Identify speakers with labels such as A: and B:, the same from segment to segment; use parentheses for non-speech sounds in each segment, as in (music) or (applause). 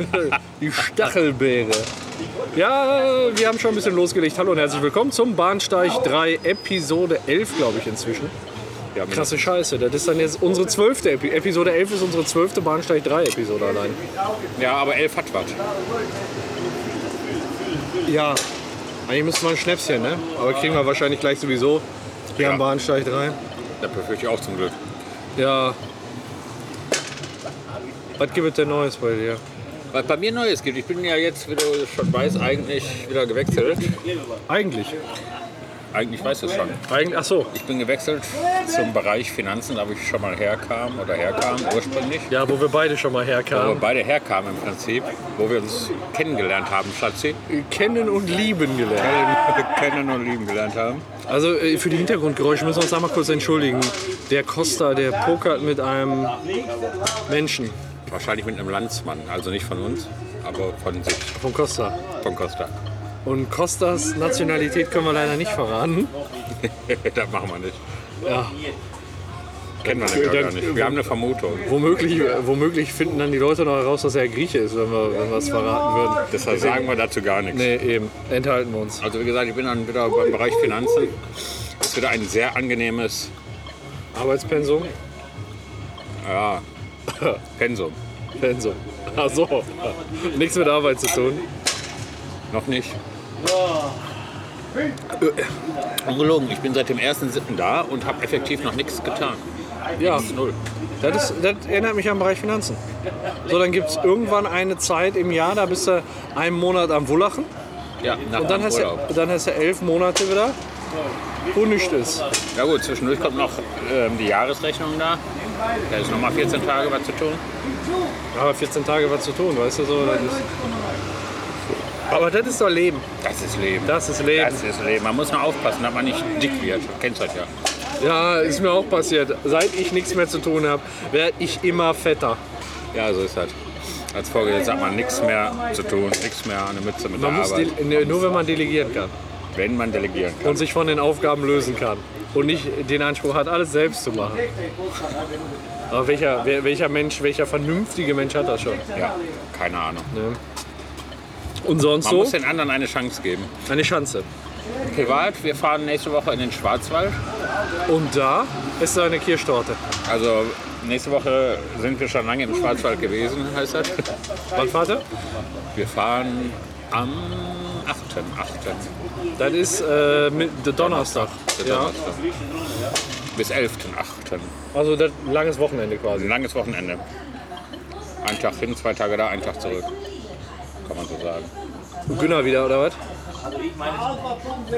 A: (laughs) Die Stachelbeere. Ja, wir haben schon ein bisschen losgelegt. Hallo und herzlich willkommen zum Bahnsteig 3, Episode 11, glaube ich, inzwischen.
B: Ja, mindestens.
A: Krasse Scheiße, das ist dann jetzt unsere zwölfte Epi Episode 11 ist unsere zwölfte Bahnsteig 3 Episode allein.
B: ja, aber elf hat was.
A: Ja, eigentlich müsste man ein Schnäpschen, ne? Aber kriegen wir wahrscheinlich gleich sowieso hier
B: Ja.
A: am Bahnsteig 3.
B: Da befürchte ich auch zum Glück.
A: Ja. Was gibt es denn Neues bei dir?
B: Was bei mir Neues gibt, ich bin ja jetzt, wie du schon weißt, eigentlich wieder gewechselt.
A: Eigentlich.
B: Eigentlich weißt du es schon.
A: Eigentlich ach so.
B: Ich bin gewechselt zum Bereich Finanzen, da wo ich schon mal herkam oder herkam ursprünglich.
A: Ja, wo wir beide schon mal
B: Wo wir
A: herkamen.
B: beide herkamen im Prinzip, wo wir uns kennengelernt haben, Schatzi.
A: Kennen und lieben gelernt.
B: (laughs) Kennen und lieben gelernt haben.
A: Also äh, für die Hintergrundgeräusche müssen wir uns einmal kurz entschuldigen. Der Costa, der pokert mit einem Menschen
B: Wahrscheinlich mit einem Landsmann, also nicht von uns, aber von sich,
A: von Costa.
B: von Costa. (laughs)
A: Und Costas Nationalität können wir leider nicht verraten.
B: das machen wir nicht.
A: Ja,
B: Kennen wir nämlich auch
A: Dann-
B: gar nicht. Wir haben eine Vermutung.
A: womöglich, äh, womöglich finden dann die Leute noch heraus, dass er Grieche ist, wenn wir wenn wir es verraten würden.
B: Deshalb sagen wir dazu gar nichts.
A: Nee, eben. Enthalten wir uns.
B: Also wie gesagt, ich bin dann wieder beim Bereich Finanzen. Das ist wieder ein sehr angenehmes
A: Arbeitspensum?
B: ja, Pensum.
A: Pensum. (laughs) Ach so. Nichts mit Arbeit zu tun.
B: Noch nicht. Ungelogen, ich bin seit dem 1.7. da und habe effektiv noch nichts getan.
A: Ja,
B: Null.
A: Das, ist, das erinnert mich am Bereich Finanzen. So, dann gibt es irgendwann eine Zeit im Jahr, da bist du einen Monat am Wullachen.
B: Ja, nach
A: Und dann
B: dem
A: hast,
B: Urlaub.
A: du, dann hast du elf Monate wieder, wo nichts ist.
B: Ja gut, zwischendurch kommt noch ähm, die Jahresrechnung da. Da ist nochmal 14 Tage was zu tun.
A: Aber 14 Tage was zu tun, weißt du so. Das ist aber das ist doch Leben.
B: Das ist Leben.
A: Das ist Leben.
B: Das ist Leben. Man muss nur aufpassen, dass man nicht dick wird. Kennst du das ja.
A: Ja, ist mir auch passiert. Seit ich nichts mehr zu tun habe, werde ich immer fetter.
B: Ja, so ist das. Als Vorgesetzter hat man nichts mehr zu tun, nichts mehr eine Mütze mit
A: Man
B: der
A: muss
B: Arbeit,
A: del- ne, nur wenn man delegieren kann
B: wenn man delegieren kann.
A: und sich von den Aufgaben lösen kann und nicht den Anspruch hat, alles selbst zu machen. Aber welcher, wer- welcher Mensch, welcher vernünftige Mensch hat das schon?
B: Ja, keine Ahnung.
A: Und sonst
B: Man muss
A: so?
B: den anderen eine Chance geben.
A: Eine Schanze.
B: Privat, wir fahren nächste Woche in den Schwarzwald.
A: Und da ist eine Kirschtorte.
B: Also nächste Woche sind wir schon lange im Schwarzwald gewesen, heißt das.
A: Mein Vater?
B: Wir fahren am 8. 8.
A: Das ist äh, mit, der Donnerstag. Ja.
B: Donnerstag. Bis 11. 8.
A: Also das langes Wochenende quasi.
B: Ein langes Wochenende. Ein Tag hin, zwei Tage da, ein Tag zurück. Kann man so sagen.
A: Günner wieder oder was?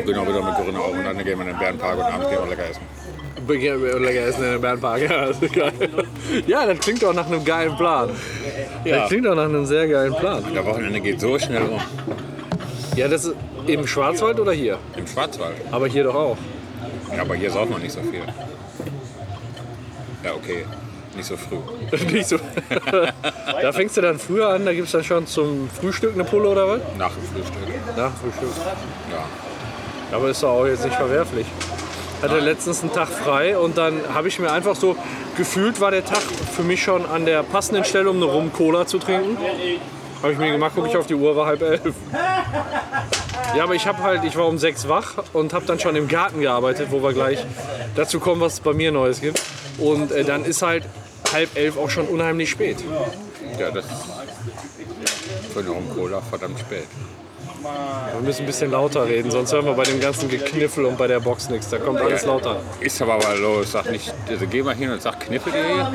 B: Genau wieder mit grünen Augen. Und dann gehen wir in den Bärenpark und abends gehen wir lecker essen.
A: Begehr- Lecker essen in der Bernpark. (laughs) Ja, das ist geil. Ja, das klingt doch nach einem geilen Plan. Das
B: Ja.
A: klingt doch nach einem sehr geilen Plan.
B: Das Wochenende geht so schnell um.
A: Ja, das ist im Schwarzwald oder hier?
B: Im Schwarzwald.
A: Aber hier doch auch. (laughs)
B: Ja, aber hier sauft man nicht so viel. Ja, okay. Nicht so früh.
A: Nicht so. (laughs) da fängst du dann früher an, da gibt es dann schon zum Frühstück eine Pulle oder was?
B: Nach dem Frühstück.
A: Nach Frühstück.
B: Ja.
A: Aber ist doch auch jetzt nicht verwerflich. Hatte letztens einen Tag frei und dann habe ich mir einfach so gefühlt, war der Tag für mich schon an der passenden Stelle, um eine Rum Cola zu trinken. Habe ich mir gemacht, gucke ich auf die Uhr, war halb elf. Ja, aber ich habe halt, ich war um sechs wach und habe dann schon im Garten gearbeitet, wo wir gleich dazu kommen, was es bei mir Neues gibt. Und äh, dann ist halt halb elf auch schon unheimlich spät.
B: Ja, das für eine Rum-Cola verdammt spät.
A: Wir müssen ein bisschen lauter reden, sonst hören wir bei dem ganzen Gekniffel und bei der Box nichts. Da kommt alles lauter.
B: Ist aber mal los. Sag nicht, also geh mal hin und sag kniffel dir hier.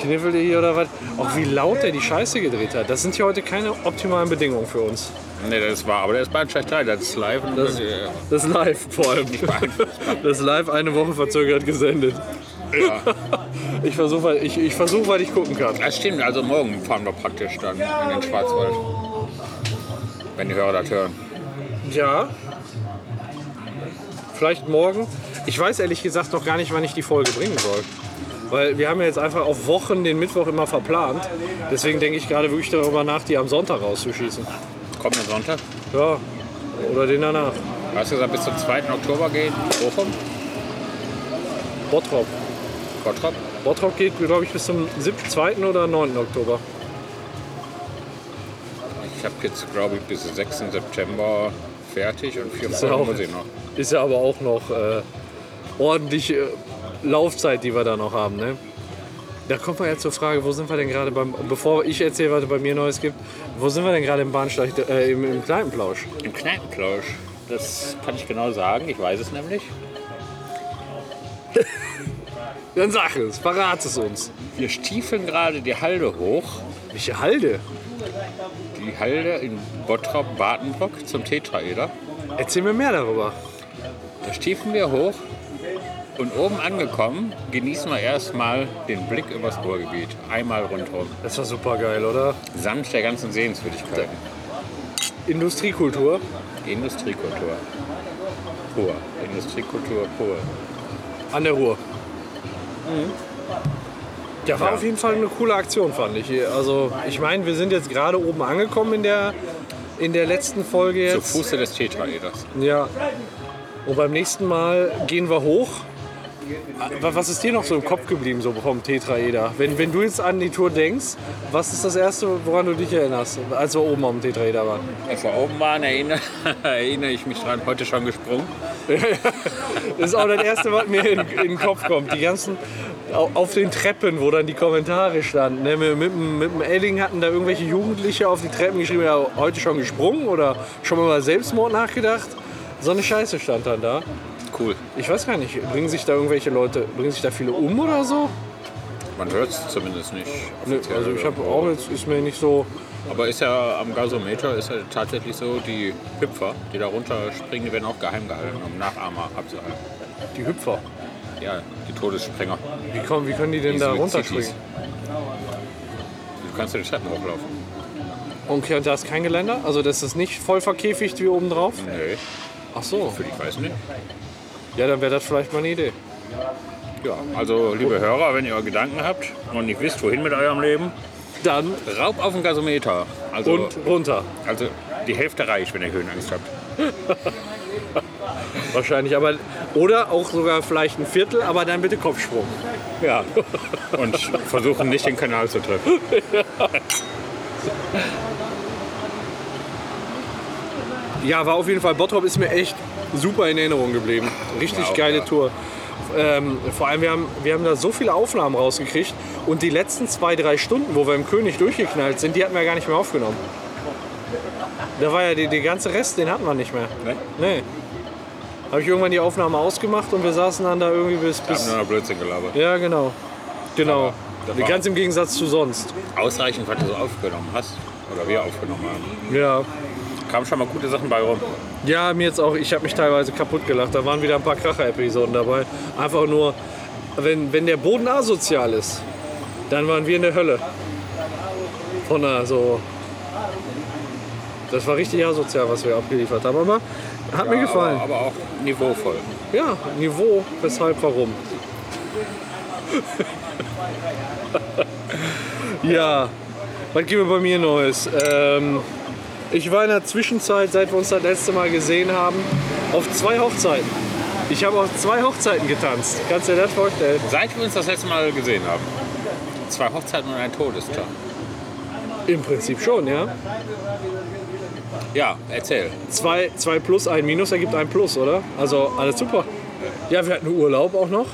A: Kniffel dir hier oder was? Auch wie laut der die Scheiße gedreht hat. Das sind ja heute keine optimalen Bedingungen für uns.
B: Ne, das war, aber der ist Bahnsteig 3, das ist live. Und
A: Das ist live vor allem.
B: beeinflussbar.
A: Das ist live eine Woche verzögert gesendet. Ich versuche, weil ich, ich versuch, weil ich gucken kann.
B: Das stimmt, also morgen fahren wir praktisch dann in den Schwarzwald. Wenn die Hörer das hören.
A: Ja. Vielleicht morgen. Ich weiß ehrlich gesagt noch gar nicht, wann ich die Folge bringen soll. Weil wir haben ja jetzt einfach auf Wochen den Mittwoch immer verplant. Deswegen denke ich gerade wirklich darüber nach, die am Sonntag rauszuschießen.
B: Kommenden Sonntag.
A: Ja. Oder den danach.
B: Du hast gesagt, bis zum 2. Oktober geht Bochum,
A: Bottrop.
B: Bottrop.
A: Bottrop geht, glaube ich, bis zum 7., 2. oder 9. Oktober.
B: Ich habe jetzt, glaube ich, bis zum 6. September fertig und vier
A: ja
B: Wochen
A: auch-
B: muss ich noch.
A: Ist ja aber auch noch äh, ordentlich äh, Laufzeit, die wir da noch haben. Ne? Da kommt man ja zur Frage, wo sind wir denn gerade beim, bevor ich erzähle, was es bei mir Neues gibt, wo sind wir denn gerade im Bahnsteig, äh, im, im Kneipenplausch?
B: Im Kneipenplausch. Das kann ich genau sagen, ich weiß es nämlich.
A: Dann sag es, verrat es uns.
B: Wir stiefeln gerade die Halde hoch.
A: Welche Halde?
B: Die Halde in Bottrop-Bartenbrock zum Tetraeder.
A: Erzähl mir mehr darüber.
B: Da stiefen wir hoch und oben angekommen genießen wir erstmal den Blick übers Ruhrgebiet. Einmal rundherum.
A: Das war super geil, oder?
B: Samt der ganzen Sehenswürdigkeiten.
A: Industriekultur.
B: Industriekultur. Pur. Industriekultur pur.
A: An der Ruhr. Ja, war
B: Mhm. Ja.
A: auf jeden Fall eine coole Aktion, fand ich. Also, ich meine, wir sind jetzt gerade oben angekommen in der, in der letzten Folge
B: Zu
A: jetzt.
B: Fuße des Tetraeders.
A: Ja. Und beim nächsten Mal gehen wir hoch. Wa- Was ist dir noch so im Kopf geblieben, so vom Tetraeder? Wenn, wenn du jetzt an die Tour denkst, was ist das Erste, woran du dich erinnerst, als wir oben am Tetraeder waren?
B: Als wir oben waren, erinnere, (laughs) erinnere ich mich dran, heute schon gesprungen.
A: Das ist auch das Erste, was mir in, in den Kopf kommt. Die ganzen, au- auf den Treppen, wo dann die Kommentare standen. Ne? Mit, mit, dem- mit dem Edding hatten da irgendwelche Jugendliche auf die Treppen geschrieben, ja, heute schon gesprungen oder schon mal über Selbstmord nachgedacht. So eine Scheiße stand dann da.
B: Cool.
A: Ich weiß gar nicht, bringen sich da irgendwelche Leute, bringen sich da viele um oder so?
B: Man hört es zumindest nicht.
A: Nö,
B: offiziell
A: also ich habe
B: irgendwo.
A: auch jetzt, ist mir nicht so,
B: Aber ist ja am Gasometer ist ja tatsächlich so, die Hüpfer, die da runterspringen, die werden auch geheim gehalten, um Nachahmer abzuhalten.
A: die Hüpfer.
B: Ja, die Todesspringer.
A: Wie, kommen, wie können die denn
B: Die
A: da
B: Suizidis.
A: runterspringen?
B: Du kannst ja die Treppen hochlaufen.
A: Okay, und da ist kein Geländer? Also das ist nicht voll verkäfigt wie oben drauf?
B: Nee,
A: Ach so,
B: für dich weiß nicht.
A: ja, dann wäre das vielleicht mal eine Idee.
B: Ja, also liebe Hörer, wenn ihr Gedanken habt und nicht wisst, wohin mit eurem Leben,
A: Dann
B: Raub auf den Gasometer. Also,
A: und runter.
B: also die Hälfte reich, wenn ihr Höhenangst habt.
A: Wahrscheinlich, aber oder auch sogar vielleicht ein Viertel, aber dann bitte Kopfsprung.
B: Ja. Und versuchen nicht den Kanal zu
A: (laughs)
B: treffen.
A: Ja, war auf jeden Fall. Bottrop ist mir echt super in Erinnerung geblieben. Richtig
B: Ja, auch,
A: geile
B: ja.
A: Tour. Ähm, vor allem, wir haben, wir haben da so viele Aufnahmen rausgekriegt und die letzten zwei, drei Stunden, wo wir im König durchgeknallt sind, die hatten wir gar nicht mehr aufgenommen. Da war ja der die ganze Rest, den hatten wir nicht mehr.
B: Ne?
A: Nee. Habe ich irgendwann die Aufnahme ausgemacht und wir saßen dann da irgendwie bis.
B: Haben
A: bis
B: nur noch Blödsinn gelabert.
A: ja, genau. Genau.
B: ne. da war-
A: Ganz im Gegensatz zu sonst.
B: Ausreichend, was du so aufgenommen hast. Oder wir aufgenommen haben.
A: Ja.
B: Kamen schon mal gute Sachen bei rum.
A: Ja, mir jetzt auch. Ich habe mich teilweise kaputt gelacht. Da waren wieder ein paar Kracher-Episoden dabei. Einfach nur, wenn, wenn der Boden asozial ist, dann waren wir in der Hölle. Von der so. Das war richtig asozial, was wir abgeliefert haben. Aber hat mir gefallen.
B: Aber, aber auch niveauvoll.
A: Ja, Niveau, weshalb, warum. (laughs) ja, was gibt es bei mir Neues? Ähm, ich war in der Zwischenzeit, seit wir uns das letzte Mal gesehen haben, auf zwei Hochzeiten. Ich habe auf zwei Hochzeiten getanzt. Kannst du dir das vorstellen?
B: Seit wir uns das letzte Mal gesehen haben. Zwei Hochzeiten und ein Todestag.
A: Im Prinzip schon, ja.
B: Ja, erzähl.
A: Zwei, zwei plus, ein Minus ergibt ein Plus, oder? Also alles super. Ja, wir hatten Urlaub auch noch.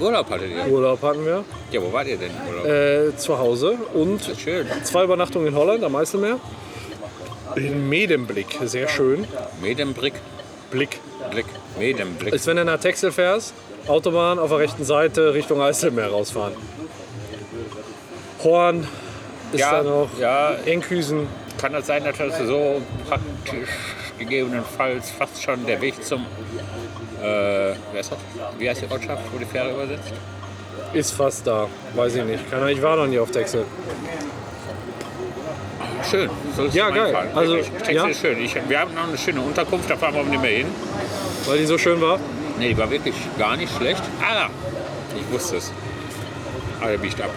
B: Urlaub hattet ihr.
A: Urlaub hatten wir.
B: Ja, wo wart ihr denn im Urlaub?
A: Äh, zu Hause und
B: Schön.
A: Zwei Übernachtungen in Holland am Eiselmeer. In Medemblick, sehr schön.
B: Medemblick.
A: Blick.
B: Blick. Medemblick.
A: Ist, wenn du nach Texel fährst, Autobahn auf der rechten Seite Richtung Eiselmeer rausfahren. Horn ist da noch.
B: ja,
A: Enkhüsen.
B: Kann das sein, dass das so praktisch gegebenenfalls fast schon der Weg zum. Äh, wer ist das? Wie heißt die Ortschaft, wo die Fähre übersetzt?
A: Ist fast da. Weiß ich nicht. Keine Ahnung, ich war noch nie auf Texel.
B: Schön. sollst du
A: Ja,
B: mal
A: geil.
B: fahren.
A: Also,
B: Wirklich, Texel
A: ja.
B: ist schön. Ich, wir haben noch eine schöne Unterkunft, da fahren wir aber nicht mehr hin.
A: Weil die so schön war.
B: Nee, die war wirklich gar nicht schlecht. Ah, ich wusste es. Ah, der biegt ab.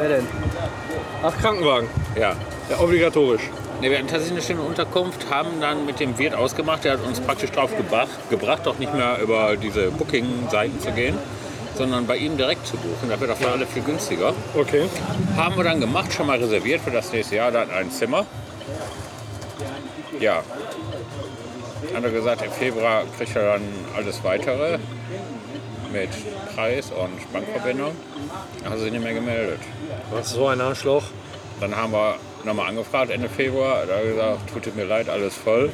A: Wer denn? Ach, Krankenwagen.
B: Ja.
A: Ja, obligatorisch.
B: Nee, wir hatten tatsächlich eine schöne Unterkunft, haben dann mit dem Wirt ausgemacht, der hat uns praktisch drauf gebracht, gebracht doch nicht mehr über diese Booking-Seiten zu gehen, sondern bei ihm direkt zu buchen. Da wird auch für alle viel günstiger.
A: Okay.
B: Haben wir dann gemacht, schon mal reserviert für das nächste Jahr, dann ein Zimmer. Ja. Hat er gesagt, im Februar kriegt er dann alles weitere mit Preis und Bankverbindung. Da hat er sich nicht mehr gemeldet.
A: Was so ein Arschloch.
B: Dann haben wir nochmal angefragt Ende Februar. Da hat er gesagt, tut mir leid, alles voll.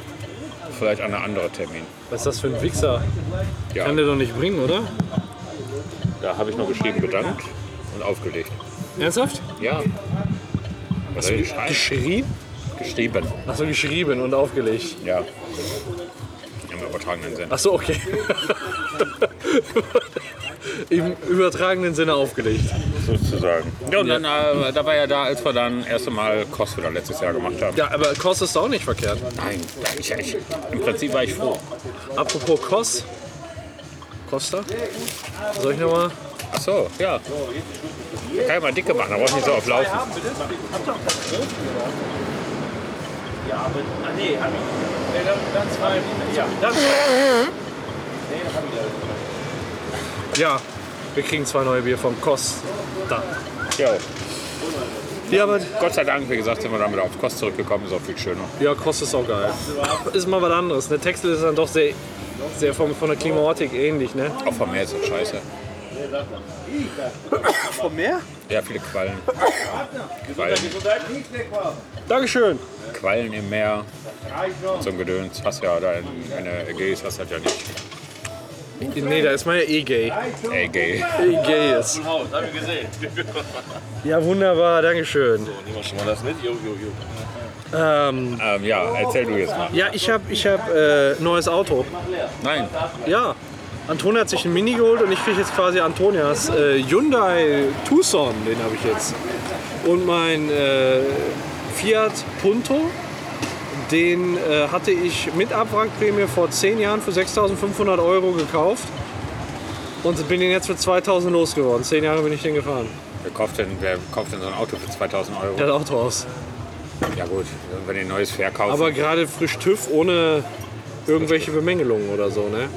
B: Vielleicht an einem anderen Termin.
A: Was ist das für ein Wichser?
B: Ja,
A: Kann der doch nicht bringen, oder?
B: da habe ich nur geschrieben, bedankt und aufgelegt.
A: Ernsthaft?
B: Ja. Was soll ich schreiben?
A: Geschrieben?
B: Geschrieben.
A: Achso, geschrieben und aufgelegt.
B: Ja. Im übertragenen Sinn.
A: Achso, okay. Im übertragenen Sinne aufgelegt.
B: sozusagen. Ja, und dann, äh, da war ja da, als wir dann das erste Mal Kost wieder letztes Jahr gemacht haben.
A: Ja, aber Koss ist auch nicht verkehrt.
B: Nein, ich, ich, im Prinzip war ich froh.
A: Apropos Koss. Costa? Soll ich nochmal?
B: Ach so, ja. Da kann ich mal dicke machen, da brauche ich nicht so oft laufen.
A: Ja, wir kriegen zwei neue Bier vom Koss. Da.
B: Ja.
A: Ja, aber
B: Gott sei Dank, wie gesagt, sind wir dann wieder auf Kost zurückgekommen, ist auch viel schöner.
A: ja, Koss ist auch geil. Ist mal was anderes. Der Texel ist dann doch sehr, sehr von, von der Klimatik ähnlich, ne?
B: Auch vom Meer ist das scheiße.
A: Vom Meer?
B: Ja, viele Quallen. Quallen,
A: Dankeschön.
B: Quallen im Meer. So ein Gedöns. Hast ja da in, in der Ägäis, hast halt ja nicht.
A: Nee, da ist man ja eh gay.
B: Ey, gay.
A: Eh gay ist.
C: Haus, haben wir gesehen.
A: Ja, wunderbar, Dankeschön.
C: So, nehmen wir schon mal das mit. Jo, jo, jo.
A: Ähm,
B: Ähm, ja, erzähl du jetzt mal.
A: ja, ich habe ich hab, äh, neues Auto.
B: Nein,
A: Ja, Antonia hat sich einen Mini geholt und ich kriege jetzt quasi Antonias äh, Hyundai Tucson, den habe ich jetzt. Und mein äh, Fiat Punto, den äh, hatte ich mit Abwrackprämie vor 10 Jahren für 6.500 Euro gekauft. Und bin den jetzt für 2000 losgeworden. Zehn Jahre bin ich den gefahren.
B: wer kauft, denn, wer kauft denn so ein Auto für 2000 Euro?
A: Der hat Auto aus.
B: Ja gut, wenn ihr ein neues verkauft.
A: Aber gerade frisch TÜV ohne irgendwelche Bemängelungen oder so, ne?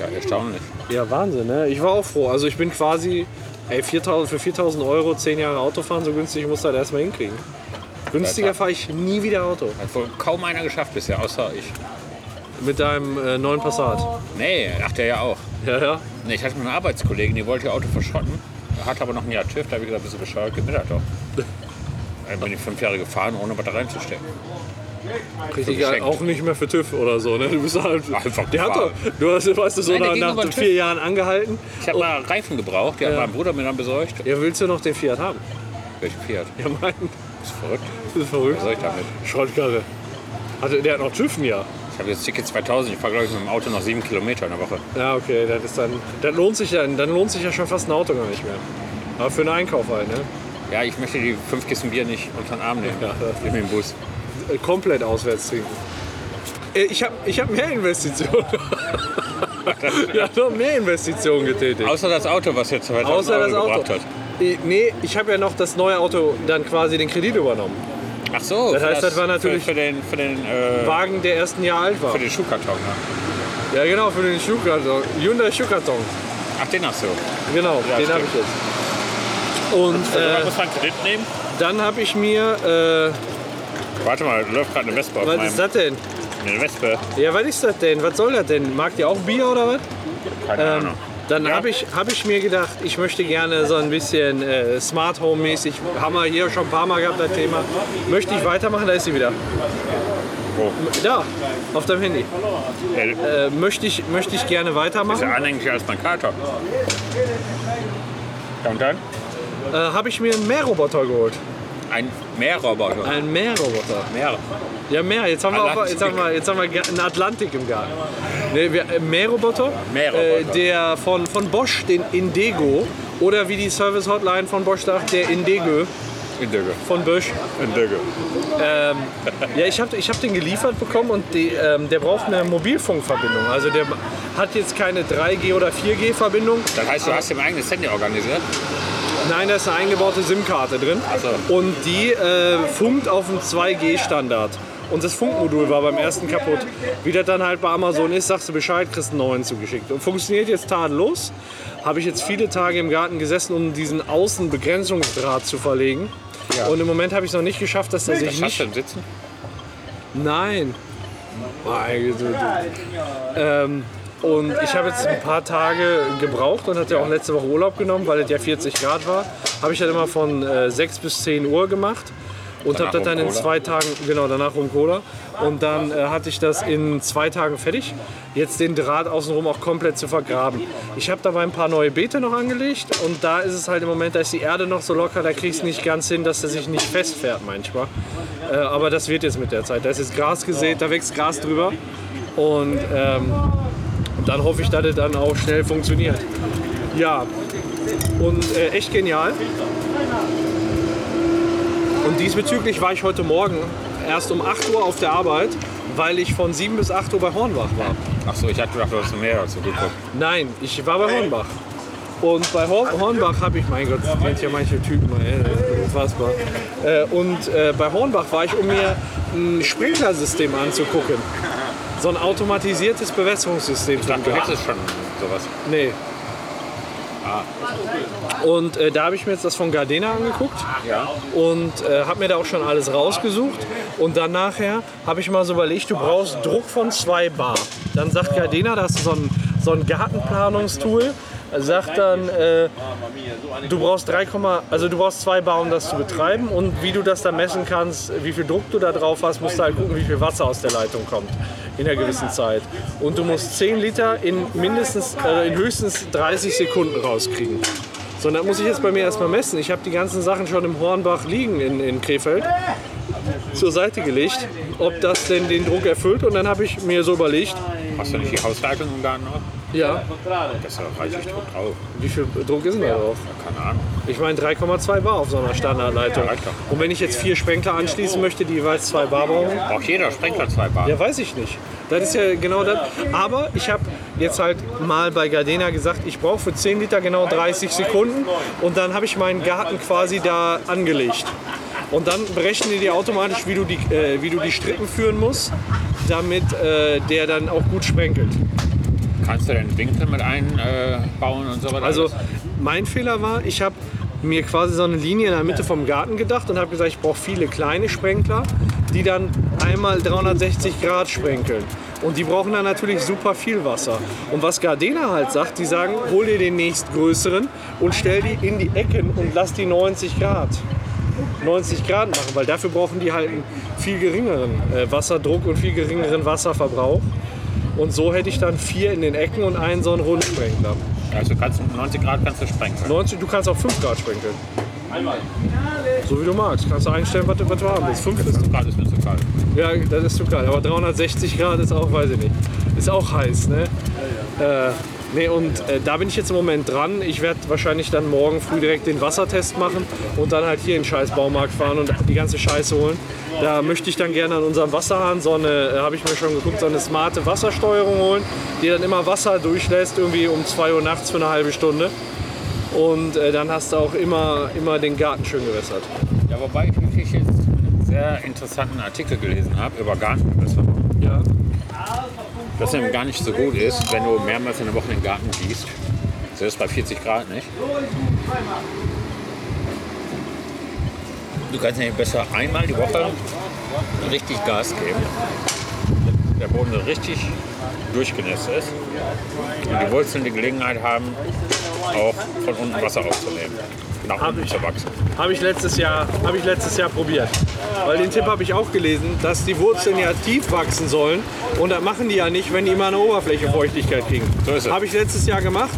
B: ja, erstaunlich.
A: Ja, Wahnsinn, ne? Ich war auch froh. Also ich bin quasi, ey, 4000, für 4000 Euro 10 Jahre Autofahren, so günstig muss das erstmal hinkriegen. Günstiger fahre ich nie wieder Auto.
B: Hat wohl kaum einer geschafft bisher, außer ich.
A: Mit deinem äh, neuen
B: Oh.
A: Passat.
B: Nee, ach der ja auch.
A: Ja, ja.
B: Nee, ich hatte mal eine Arbeitskollegin, die wollte ihr Auto verschrotten, hat aber noch ein Jahr TÜV, da habe ich gesagt, bist du bescheuert, gib mir das
A: (laughs)
B: doch. Dann bin ich fünf Jahre gefahren, ohne was da reinzustecken.
A: Richtig,
B: geschenkt.
A: auch nicht mehr für TÜV oder so, ne? Du bist halt.
B: Einfach
A: der hat doch,
B: gefahren.
A: du hast, weißt du, so
B: Nein, der
A: nach,
B: ging
A: nach
B: über den
A: vier
B: TÜV.
A: Jahren angehalten.
B: Ich habe mal Reifen gebraucht, die hat mein Bruder mir dann besorgt.
A: Ja, willst du noch den Fiat haben?
B: Welchen Fiat?
A: Ja, meinen.
B: Ist verrückt.
A: Das ist
B: Was
A: verrückt.
B: soll ich damit?
A: Schrottkarre. Hatte, Also, der hat noch TÜV ein Jahr.
B: Ich habe jetzt Ticket 2000, ich fahre glaube ich mit dem Auto noch sieben Kilometer in der Woche.
A: Ja, okay, das ist dann. Dann lohnt sich dann, dann lohnt sich ja schon fast ein Auto gar nicht mehr. Aber für einen Einkauf halt, ne?
B: Ja, ich möchte die fünf Kisten Bier nicht unter den Arm nehmen.
A: Ja.
B: Ich nehme den Bus.
A: Äh, komplett auswärts trinken. Äh, Ich habe ich hab mehr Investitionen. (laughs) ich habe noch mehr Investitionen getätigt.
B: Außer das Auto, was jetzt 2000
A: Außer das
B: Euro
A: Auto.
B: gebracht
A: Äh, Nee, ich habe ja noch das neue Auto dann quasi den Kredit übernommen.
B: hat. Ach so.
A: Das
B: für
A: heißt, das war natürlich-
B: Für, für den, für den, äh,
A: Wagen, der erst ein Jahr alt war.
B: für den Schuhkarton. Ne?
A: Ja, genau, für den Schuhkarton. Hyundai Schuhkarton.
B: Ach, den hast du.
A: Genau,
B: Ja,
A: den habe ich
B: stimmt.
A: jetzt. Und äh,
B: muss Also, man Kredit nehmen?
A: dann habe ich mir.
B: Warte mal, da läuft gerade eine Wespe
A: Äh,
B: auf
A: was
B: meinem...
A: ist das denn?
B: Eine Wespe?
A: Ja, was ist das denn? Was soll das denn? Mag ihr auch Bier oder was?
B: Keine
A: Ähm,
B: Ahnung.
A: dann
B: Ja.
A: habe ich, hab ich mir gedacht, ich möchte gerne so ein bisschen äh, Smart Home mäßig, haben wir hier schon ein paar Mal gehabt, das Thema. Möchte ich weitermachen, da ist sie wieder.
B: Wo?
A: Da, auf deinem Handy.
B: Äh,
A: Äh, möchte, ich, möchte ich gerne
B: ist
A: weitermachen.
B: ja anhänglicher als mein Kater. Ja, und dann?
A: Äh, habe ich mir einen Meerroboter geholt.
B: Ein Meerroboter.
A: Einen Meerroboter.
B: Meer.
A: Ja, Meer. Jetzt haben wir, auch,
B: Atlantik.
A: jetzt haben wir, jetzt haben wir Ga- einen Atlantik im Garten. Nee, wir, äh, Mähroboter,
B: Mähroboter.
A: Äh, der von, von Bosch, den Indego, oder wie die Service-Hotline von Bosch sagt, der Indego
B: In Döge.
A: von Bosch.
B: In Döge.
A: Ja, ich habe ich hab den geliefert bekommen und die, ähm, der braucht eine Mobilfunkverbindung. Also der hat jetzt keine 3G oder 4G-Verbindung.
B: Das heißt, du hast dein eigenes Handy organisiert.
A: Nein, da ist eine eingebaute SIM-Karte drin.
B: so.
A: Und die äh, funkt auf dem 2G-Standard. Und das Funkmodul war beim ersten kaputt. Wie das dann halt bei Amazon ist, sagst du Bescheid, kriegst einen neuen zugeschickt. Und funktioniert jetzt tadellos. Habe ich jetzt viele Tage im Garten gesessen, um diesen Außenbegrenzungsdraht zu verlegen. Und im Moment habe ich es noch nicht geschafft, dass er sich
B: Das hast
A: nicht
B: du im Sitzen.
A: Nein. Nein. so- so- Ähm, und ich habe jetzt ein paar Tage gebraucht und hatte ja auch letzte Woche Urlaub genommen, weil es ja 40 Grad war. Habe ich dann immer von äh, 6 bis 10 Uhr gemacht und habe
B: Danach
A: das dann in
B: Rum Cola.
A: zwei Tagen, genau danach rum Cola. Und dann äh, hatte ich das in zwei Tagen fertig. Jetzt den Draht außenrum auch komplett zu vergraben. Ich habe dabei ein paar neue Beete noch angelegt und da ist es halt im Moment, da ist die Erde noch so locker, da kriegst du nicht ganz hin, dass er sich nicht festfährt manchmal. Äh, aber das wird jetzt mit der Zeit. Da ist jetzt Gras gesät, da wächst Gras drüber. Und ähm, dann hoffe ich, dass es dann auch schnell funktioniert. Ja, und äh, echt genial. Und diesbezüglich war ich heute Morgen erst um 8 Uhr auf der Arbeit, weil ich von 7 bis 8 Uhr bei Hornbach war.
B: Achso, ich hatte gedacht, du hast mehr dazu geguckt.
A: Nein, ich war bei Hornbach. Und bei Hor Hornbach habe ich, mein Gott, das kennt ja manche Typen, ey, das ist unfassbar. Äh, und äh, bei Hornbach war ich, um mir ein Sprinklersystem anzugucken. So ein automatisiertes Bewässerungssystem.
B: Ich dachte, du hättest schon sowas.
A: Nee. Und äh, da habe ich mir jetzt das von Gardena angeguckt
B: Ja.
A: und äh, habe mir da auch schon alles rausgesucht. Und dann nachher habe ich mal so überlegt, du brauchst Druck von 2 Bar. Dann sagt Gardena, das ist so ein, so ein Gartenplanungstool, sagt dann, äh, du brauchst 3, also du brauchst 2 Bar, um das zu betreiben. Und wie du das dann messen kannst, wie viel Druck du da drauf hast, musst du halt gucken, wie viel Wasser aus der Leitung kommt in einer gewissen Zeit. Und du musst 10 Liter in mindestens, äh, in höchstens 30 Sekunden rauskriegen. So, und das muss ich jetzt bei mir erstmal messen. Ich habe die ganzen Sachen schon im Hornbach liegen in, in Krefeld zur Seite gelegt, ob das denn den Druck erfüllt. Und dann habe ich mir so überlegt,
B: Hast du nicht die Hausleitung im Garten noch?
A: ja,
B: Das ist ja reichlich Druck drauf.
A: wie viel Druck ist denn da drauf?
B: Keine Ahnung.
A: Ich meine 3,2 Bar auf so einer Standardleitung.
B: reicht doch.
A: Und wenn ich jetzt vier Sprenkler anschließen möchte, die jeweils 2 Bar brauchen,
B: Braucht jeder Sprinkler zwei Bar.
A: Ja, weiß ich nicht. Das ist ja genau das. Aber ich habe jetzt halt mal bei Gardena gesagt, ich brauche für 10 Liter genau 30 Sekunden. Und dann habe ich meinen Garten quasi da angelegt. Und dann berechnen die dir automatisch, wie du die, äh, wie du die Strippen führen musst, damit äh, der dann auch gut sprenkelt.
B: Kannst du denn Winkel mit einbauen äh, und so weiter?
A: Also mein Fehler war, ich habe mir quasi so eine Linie in der Mitte vom Garten gedacht und habe gesagt, ich brauche viele kleine Sprenkler, die dann einmal 360 Grad sprenkeln. Und die brauchen dann natürlich super viel Wasser. Und was Gardena halt sagt, die sagen, hol dir den nächstgrößeren und stell die in die Ecken und lass die 90 Grad. 90 Grad machen, weil dafür brauchen die halt einen viel geringeren äh, Wasserdruck und viel geringeren Wasserverbrauch. Und so hätte ich dann vier in den Ecken und einen so einen Rundsprenkler.
B: also kannst du 90 Grad kannst du sprengen.
A: 90, du kannst auch 5 Grad sprenkeln. So wie du magst. Kannst du einstellen, was du, was du haben willst. 5 ist.
B: 5 Grad ist mir zu kalt.
A: Ja, das ist zu kalt. Aber 360 Grad ist auch, weiß ich nicht. Ist auch heiß, ne? Äh, nee, und äh, da bin ich jetzt im Moment dran. Ich werde wahrscheinlich dann morgen früh direkt den Wassertest machen und dann halt hier in den scheiß Baumarkt fahren und die ganze Scheiße holen. Da möchte ich dann gerne an unserem Wasserhahn so eine, äh, habe ich mir schon geguckt, so eine smarte Wassersteuerung holen, die dann immer Wasser durchlässt, irgendwie um 2 Uhr nachts für eine halbe Stunde. Und äh, dann hast du auch immer, immer den Garten schön gewässert.
B: Ja, wobei ich wirklich jetzt einen sehr interessanten Artikel gelesen habe über Gartenbewässerung.
A: Ja.
B: Das nämlich gar nicht so gut ist, wenn du mehrmals in der Woche in den Garten gießt. Selbst bei 40 Grad nicht. Du kannst nämlich besser einmal die Woche richtig Gas geben. Der Boden so richtig durchgenässt ist. Und die Wurzeln die Gelegenheit haben, auch von unten Wasser aufzunehmen. Nach unten zu wachsen.
A: Habe ich, letztes Jahr- hab ich letztes Jahr probiert. Weil den Tipp habe ich auch gelesen, dass die Wurzeln ja tief wachsen sollen. Und das machen die ja nicht, wenn die immer eine Oberfläche Feuchtigkeit kriegen.
B: So ist es.
A: Habe ich letztes Jahr gemacht,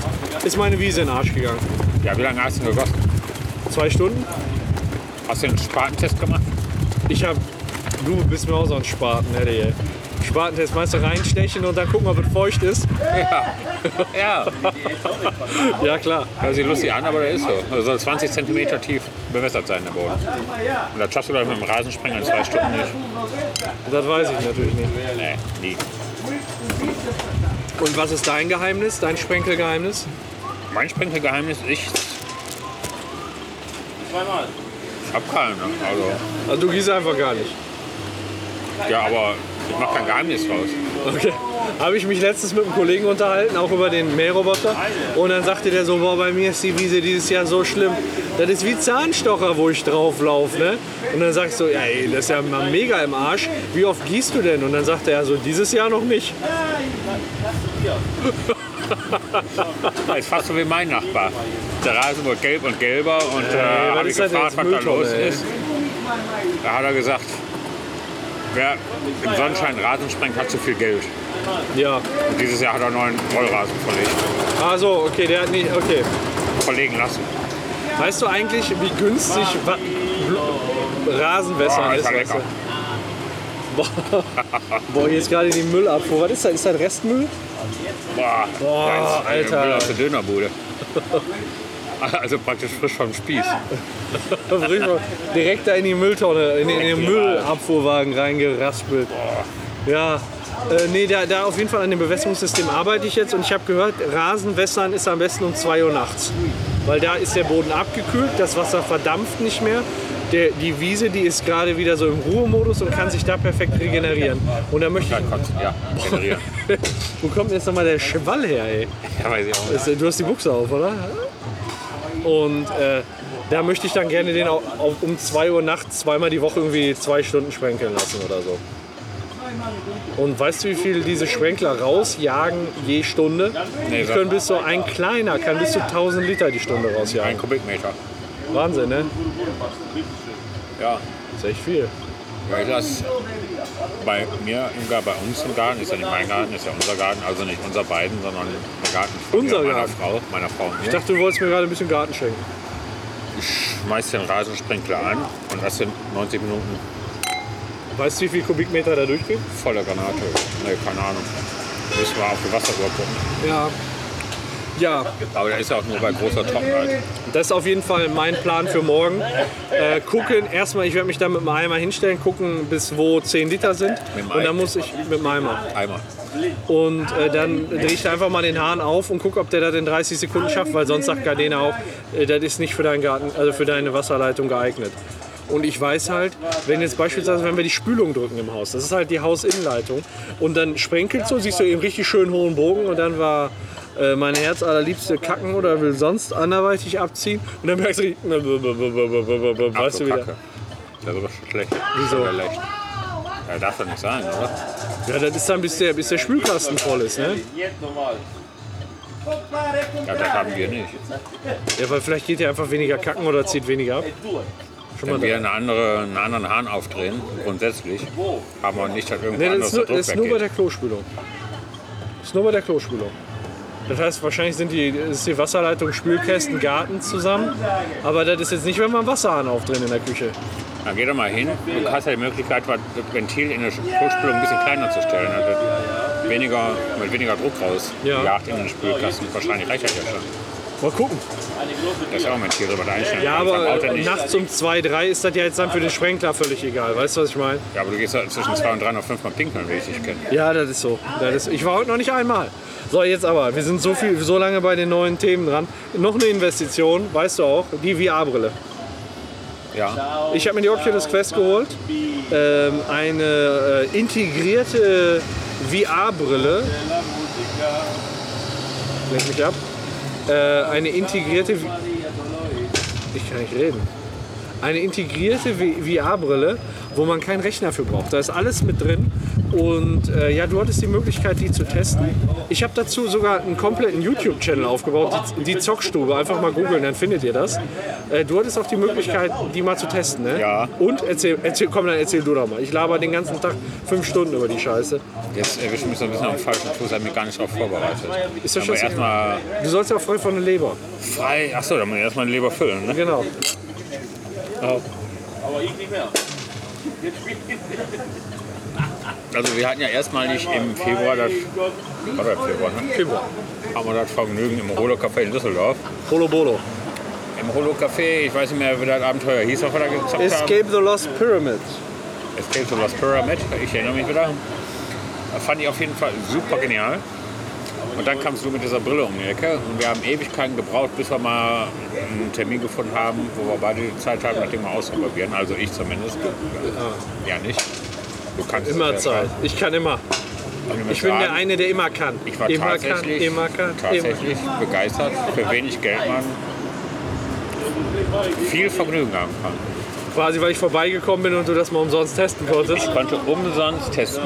A: ist meine Wiese in den Arsch gegangen.
B: Ja, wie lange hast du gegossen?
A: Zwei Stunden.
B: Hast du einen Spatentest gemacht?
A: Ich habe, du bist mir auch so ein Spaten, hätte Spartentestmeister reinstechen und dann gucken, ob es feucht
B: (laughs)
A: ist.
B: Ja,
A: Ja, klar.
B: hört sich lustig an, aber der ist so. Also soll 20 cm tief bewässert sein, der Boden. Und das schaffst du, glaube ich, mit dem Rasensprenger in zwei Stunden nicht.
A: Das weiß ich natürlich nicht.
B: Nee, nie.
A: Und was ist dein Geheimnis, dein Sprenkelgeheimnis?
B: Mein Sprenkelgeheimnis, ich
C: Zweimal.
B: hab keine. Also,
A: Also du gießt einfach gar nicht.
B: ja, aber ich mach kein Geheimnis draus.
A: Okay. Habe ich mich letztens mit einem Kollegen unterhalten, auch über den Mähroboter. Und dann sagte der so, boah, bei mir ist die Wiese dieses Jahr so schlimm. Das ist wie Zahnstocher, wo ich drauflaufe. Ne? Und dann sag ich so, ja, ey, das ist ja mal mega im Arsch. Wie oft gießt du denn? Und dann sagte er so, dieses Jahr noch nicht.
B: Ja, Ist fast so wie mein Nachbar. Der Rasen wurde gelb und gelber und äh,
A: was
B: habe ich
A: ist das
B: gefragt,
A: jetzt?
B: was da los
A: Mülltonne, ey.
B: ist. Da hat er gesagt, wer im Sonnenschein Rasen sprengt, hat zu viel Geld.
A: Ja.
B: Und dieses Jahr hat er neuen Rollrasen verlegt,
A: Ah so, okay, der hat nicht, okay.
B: verlegen lassen.
A: Weißt du eigentlich, wie günstig Wa Bl- Rasenwässern
B: Boah,
A: ist?
B: ist ja
A: weißt du?
B: lecker.
A: Boah. Boah, (laughs) hier ist gerade die Müllabfuhr. Was ist das? Ist das Restmüll?
B: Boah,
A: Boah,
B: da ist, äh,
A: Alter.
B: Müll aus der Dönerbude. (laughs) Also praktisch frisch vom Spieß.
A: Direkt da in die Mülltonne, in, den- in den
B: Direkt hier rein.
A: Müllabfuhrwagen reingeraspelt. Ja, äh, nee, da, da auf jeden Fall an dem Bewässerungssystem arbeite ich jetzt und ich habe gehört, Rasenwässern ist am besten um 2 Uhr nachts. Weil da ist der Boden abgekühlt, das Wasser verdampft nicht mehr. Der, die Wiese, die ist gerade wieder so im Ruhemodus und kann sich da perfekt regenerieren. Und da möchte
B: Ja, konntest- ja, generieren.
A: ich. Wo kommt jetzt nochmal der Schwall her, ey?
B: Ja, weiß ich auch nicht.
A: Das, äh, du hast die Buchse auf, oder? Und äh, da möchte ich dann gerne den auch, auch um 2 Uhr nachts zweimal die Woche irgendwie zwei Stunden sprenkeln lassen oder so. Und weißt du, wie viel diese Sprenkler rausjagen je Stunde?
B: Nee,
A: Die
B: sag
A: können
B: mal.
A: bis so ein kleiner, kann bis zu 1000 Liter die Stunde
B: Ein
A: rausjagen.
B: Kubikmeter.
A: Wahnsinn, ne?
B: Ja.
A: Das ist echt viel.
B: Weil das bei mir, im Garten, bei uns im Garten, ist ja nicht mein Garten, ist ja unser Garten, also nicht unser beiden, sondern der Garten von
A: Unser
B: mir, meiner
A: Garten.
B: Frau, meiner Frau und
A: Ich
B: mir.
A: dachte, du wolltest mir gerade ein bisschen Garten schenken.
B: Schmeißt den Rasensprenkler an und das sind 90 Minuten
A: Weißt du, wie viel Kubikmeter da durchgeht?
B: voller Granate. Ne, keine Ahnung. Müssen wir auf die Wasseruhr gucken.
A: Ja. Ja,
B: Aber der ist ja auch nur bei großer also Trockenheit.
A: Das ist auf jeden Fall mein Plan für morgen. Äh, gucken, erstmal, ich werde mich da mit dem Eimer hinstellen, gucken, bis wo 10 Liter sind.
B: Mit dem
A: Und dann
B: Eimer.
A: muss ich mit dem Eimer.
B: Einmal.
A: Und äh, dann drehe ich da einfach mal den Hahn auf und gucke, ob der das in 30 Sekunden schafft, weil sonst sagt Gardena auch, äh, das ist nicht für deinen Garten, also für deine Wasserleitung geeignet. Und ich weiß halt, wenn jetzt beispielsweise, wenn wir die Spülung drücken im Haus, das ist halt die Hausinnenleitung, und dann sprenkelt so, siehst du eben richtig schön hohen Bogen und dann war äh, mein Herz allerliebste kacken oder will sonst anderweitig abziehen und dann merkst du, richtig, (laughs) weißt du wieder.
B: Kacke. Das ist aber schon schlecht.
A: Wieso?
B: Das ist aber schlecht. Ja, darf doch nicht sein, oder?
A: Ja, das ist dann, bis der, bis der Spülkasten voll ist, ne?
C: Jetzt nochmal.
B: Ja, das haben wir nicht.
A: Ja, weil vielleicht geht der einfach weniger kacken oder zieht weniger ab. Schon mal
B: Wenn wir eine andere, einen anderen Hahn aufdrehen, grundsätzlich, haben wir nicht, dass irgendwo
A: Nee, das ist
B: anders der
A: nur,
B: Druck
A: das ist nur bei
B: weggeht.
A: der Klospülung. Das ist nur bei der Klospülung. Das heißt, wahrscheinlich sind die, ist die Wasserleitung, Spülkästen, Garten zusammen. Aber das ist jetzt nicht, wenn wir einen Wasserhahn aufdrehen in der Küche.
B: Dann geh doch mal hin. Du hast ja die Möglichkeit, was- das Ventil in der Spülspülung ein bisschen kleiner zu stellen. Also weniger, mit weniger Druck raus.
A: Ja.
B: Jagt in den Spülkasten. Wahrscheinlich reicht das ja schon.
A: Mal gucken.
B: Das ist auch ein Ventil, was du einstellen
A: Ja,
B: kannst. Dann
A: aber
B: haut er nicht.
A: nachts um 2, 3 ist das ja jetzt dann für den Sprenkler völlig egal. Weißt du, was ich meine?
B: Ja, aber du gehst halt zwischen zwei und drei noch fünfmal pinkeln, wie ich dich kenne.
A: Ja, das ist so. Das ist, ich war heute noch nicht einmal. So, jetzt aber. Wir sind so, viel, so lange bei den neuen Themen dran. Noch eine Investition, weißt du auch, die VR-Brille.
B: Ja.
A: Ich habe mir die Oculus Quest geholt. Ähm, eine äh, integrierte VR-Brille. Lenk mich ab. Äh, eine integrierte. Vi- Ich kann nicht reden. Eine integrierte VR-Brille, wo man keinen Rechner für braucht. Da ist alles mit drin. Und äh, ja, du hattest die Möglichkeit, die zu testen. Ich habe dazu sogar einen kompletten YouTube-Channel aufgebaut, die, die Zockstube. Einfach mal googeln, dann findet ihr das. Äh, du hattest auch die Möglichkeit, die mal zu testen, ne?
B: Ja.
A: Und erzähl, erzähl, komm, dann erzähl du doch mal. Ich laber den ganzen Tag fünf Stunden über die Scheiße.
B: Jetzt erwischt mich so ein bisschen am falschen Fuß, habe mich gar nicht darauf vorbereitet.
A: Ist doch
B: Aber
A: scheißegal.
B: erstmal
A: Du sollst ja auch frei von der Leber.
B: frei. Achso, da muss ich erstmal die Leber füllen, ne?
A: Genau.
C: Aber ich nicht mehr. Jetzt spielt
B: Also wir hatten ja erstmalig im Februar, das, war das Februar, ne?
A: Februar.
B: haben wir das Vergnügen im Rolo Café in Düsseldorf.
A: Polo Bolo.
B: Im Rolo Café, ich weiß nicht mehr, wie das Abenteuer hieß, was wir da gezockt haben.
A: Escape the Lost Pyramid.
B: Escape to Lost Pyramid, ich erinnere mich wieder. Das fand ich auf jeden Fall super genial. Und dann kamst du mit dieser Brille um die Ecke und wir haben Ewigkeiten gebraucht, bis wir mal einen Termin gefunden haben, wo wir beide die Zeit haben, nachdem wir ausprobieren. Also ich zumindest. Du- Ja, nicht. Du kannst es ja
A: Immer Zeit.
B: schon.
A: Ich kann immer.
B: Und
A: Ich bin der
B: sagen,
A: eine, der immer kann.
B: Ich war
A: immer kann,
B: tatsächlich,
A: immer kann, immer kann.
B: tatsächlich begeistert, für wenig Geld man viel Vergnügen haben kann.
A: Quasi, weil ich vorbeigekommen bin und du das mal umsonst testen konntest.
B: Ich konnte umsonst testen.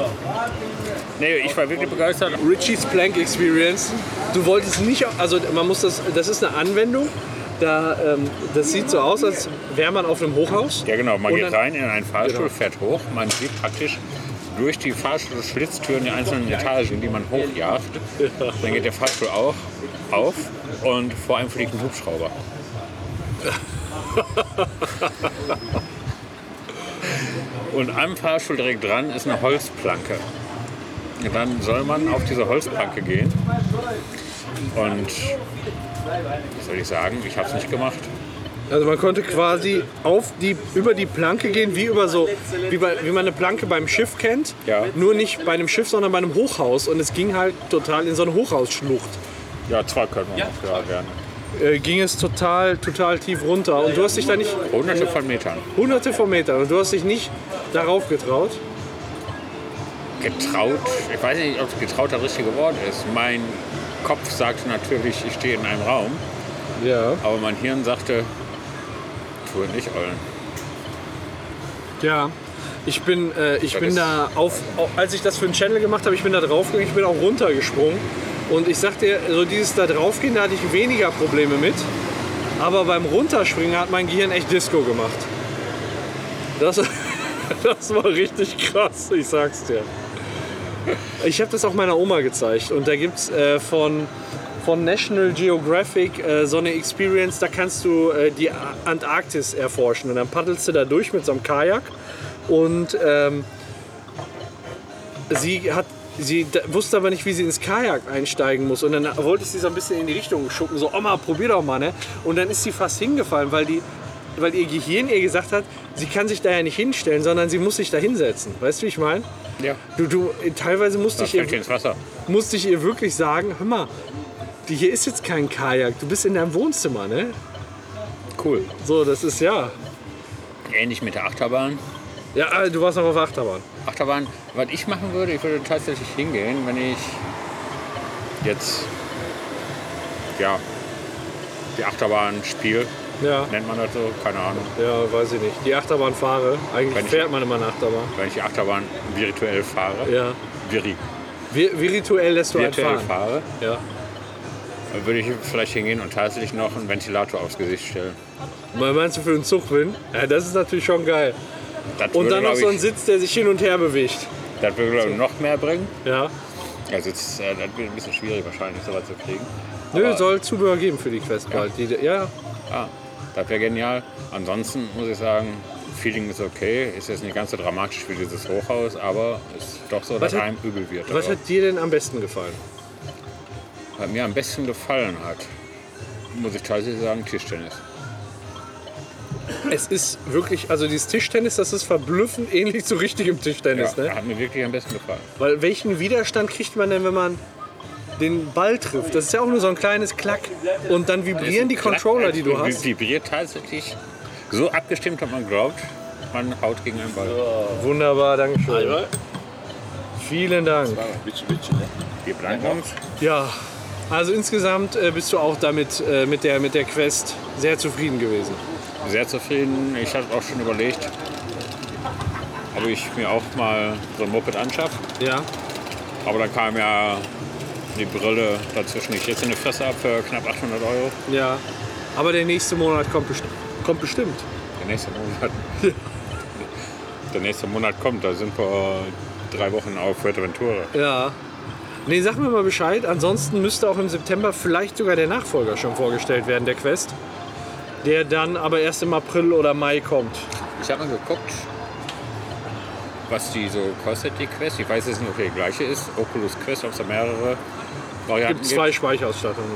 B: Nee, ich war wirklich begeistert.
A: Richie's Plank Experience. Du wolltest nicht, also man muss das, das ist eine Anwendung. Da, ähm, das sieht so aus, als wäre man auf einem Hochhaus.
B: Ja genau, man
A: Und
B: geht
A: dann- Genau.
B: rein in einen Fahrstuhl, fährt hoch, man sieht praktisch durch die Fahrstuhlschlitztüren der einzelnen Etagen, die man hochjagt. Dann geht der Fahrstuhl auch auf und vor einem fliegt ein Hubschrauber. Und am Fahrstuhl direkt dran ist eine Holzplanke. Und Dann soll man auf diese Holzplanke gehen. Und was soll ich sagen, ich habe es nicht gemacht.
A: Also man konnte quasi auf die, über die Planke gehen, wie über so, wie, bei, wie man eine Planke beim Schiff kennt.
B: Ja.
A: Nur nicht bei einem Schiff, sondern bei einem Hochhaus. Und es ging halt total in so eine Hochhausschlucht.
B: Ja, zwei können wir noch ja. werden.
A: Äh, ging es total, total tief runter. Und du hast dich da nicht
B: Hunderte von Metern.
A: hunderte von Metern und du hast dich nicht darauf getraut.
B: Getraut, ich weiß nicht, ob getraut das richtige Wort ist. Mein Kopf sagte natürlich, ich stehe in einem Raum,
A: Ja.
B: aber mein Hirn sagte, tue nicht, Ollen.
A: Ja. Ich bin, äh, ich
B: Das
A: bin
B: ist-
A: da auf, au- als ich das für den Channel gemacht habe, ich bin da draufgegangen, ich bin auch runtergesprungen. Und ich sag dir, so dieses da draufgehen, da hatte ich weniger Probleme mit. Aber beim Runterspringen hat mein Gehirn echt Disco gemacht. Das, (laughs) das war richtig krass, ich sag's dir. Ich habe das auch meiner Oma gezeigt und da gibt's äh, von, von National Geographic äh, so eine Experience, da kannst du äh, die A- Antarktis erforschen und dann paddelst du da durch mit so einem Kajak und ähm, sie hat sie da, wusste aber nicht, wie sie ins Kajak einsteigen muss und dann wollte ich sie so ein bisschen in die Richtung schucken, so Oma, probier doch mal, ne? Und dann ist sie fast hingefallen, weil die weil ihr Gehirn ihr gesagt hat, sie kann sich da ja nicht hinstellen, sondern sie muss sich da hinsetzen. Weißt du, wie ich meine?
B: Ja.
A: Du, du, teilweise musste
B: Das
A: ich, ihr,
B: fällt dir ins Wasser.
A: musste ich ihr wirklich sagen, hör mal, die- hier ist jetzt kein Kajak, du bist in deinem Wohnzimmer, ne?
B: Cool.
A: So, das ist ja.
B: Ähnlich mit der Achterbahn.
A: Ja, ah, du warst noch auf der Achterbahn.
B: Achterbahn, was ich machen würde, ich würde tatsächlich hingehen, wenn ich jetzt, ja, die Achterbahn spiele,
A: Ja,
B: nennt man das so, keine Ahnung.
A: ja, weiß ich nicht. Die Achterbahn fahre. Eigentlich
B: Wenn ich-
A: fährt man immer eine Achterbahn.
B: Wenn ich die Achterbahn virtuell fahre,
A: Ja.
B: viri,
A: Vi virtuell lässt du
B: virtuell
A: einfach.
B: fahre,
A: Ja.
B: Dann würde ich vielleicht hingehen und tatsächlich noch einen Ventilator aufs Gesicht stellen.
A: Mal Meinst du für den Zugwind? Ja, das ist natürlich schon geil.
B: Das
A: Und
B: würde,
A: dann noch
B: glaub
A: so ein
B: ich,
A: Sitz, der sich hin und her bewegt.
B: Das würde glaub ich, noch mehr bringen.
A: Ja.
B: Also das, äh, das wird ein bisschen schwierig wahrscheinlich, sowas zu kriegen.
A: Nö,
B: Aber-
A: soll Zubehör geben für die Quest bald. Die, ja,
B: Ah, das wäre genial. Ansonsten muss ich sagen, Feeling ist okay. Ist jetzt nicht ganz so dramatisch wie dieses Hochhaus, aber ist doch so, dass
A: hat-
B: einem übel wird.
A: was
B: Aber
A: hat dir denn am besten gefallen?
B: was mir am besten gefallen hat, muss ich tatsächlich sagen, Tischtennis.
A: Es ist wirklich, also dieses Tischtennis, das ist verblüffend ähnlich zu richtigem
B: Ja,
A: Tischtennis, ne?
B: Hat mir wirklich am besten gefallen.
A: Weil welchen Widerstand kriegt man denn, wenn man den Ball trifft? Das ist ja auch nur so ein kleines Klack. Und dann vibrieren die Controller, die du
B: Klack,
A: hast.
B: also, Vibriert tatsächlich so abgestimmt, dass man glaubt, man haut gegen einen Ball.
A: Wunderbar, danke schön. Vielen Dank.
C: Bitte, bitte, ne?
B: Wir bleiben uns.
A: Ja, also insgesamt äh, bist du auch damit äh, mit, der, mit der Quest sehr zufrieden gewesen.
B: Sehr zufrieden. Ich hatte auch schon überlegt, ob ich mir auch mal so ein Moped anschaffe.
A: Ja.
B: Aber dann kam ja die Brille dazwischen. Ich jetzt in die Fresse ab für knapp 800 Euro.
A: Ja. Aber der nächste Monat kommt, best kommt bestimmt.
B: Der nächste Monat. Der nächste Monat kommt, da sind wir drei Wochen auf Fuerteventura.
A: Ja. Nee, sag mir mal Bescheid. Ansonsten müsste auch im September vielleicht sogar der Nachfolger schon vorgestellt werden, der Quest. Der dann aber erst im April oder Mai kommt.
B: Ich habe mal geguckt, was die so kostet, die Quest. Ich weiß jetzt nicht, ob die gleiche ist. Oculus Quest, ob es da mehrere Varianten
A: Gibt
B: gibt.
A: zwei Speicherausstattungen.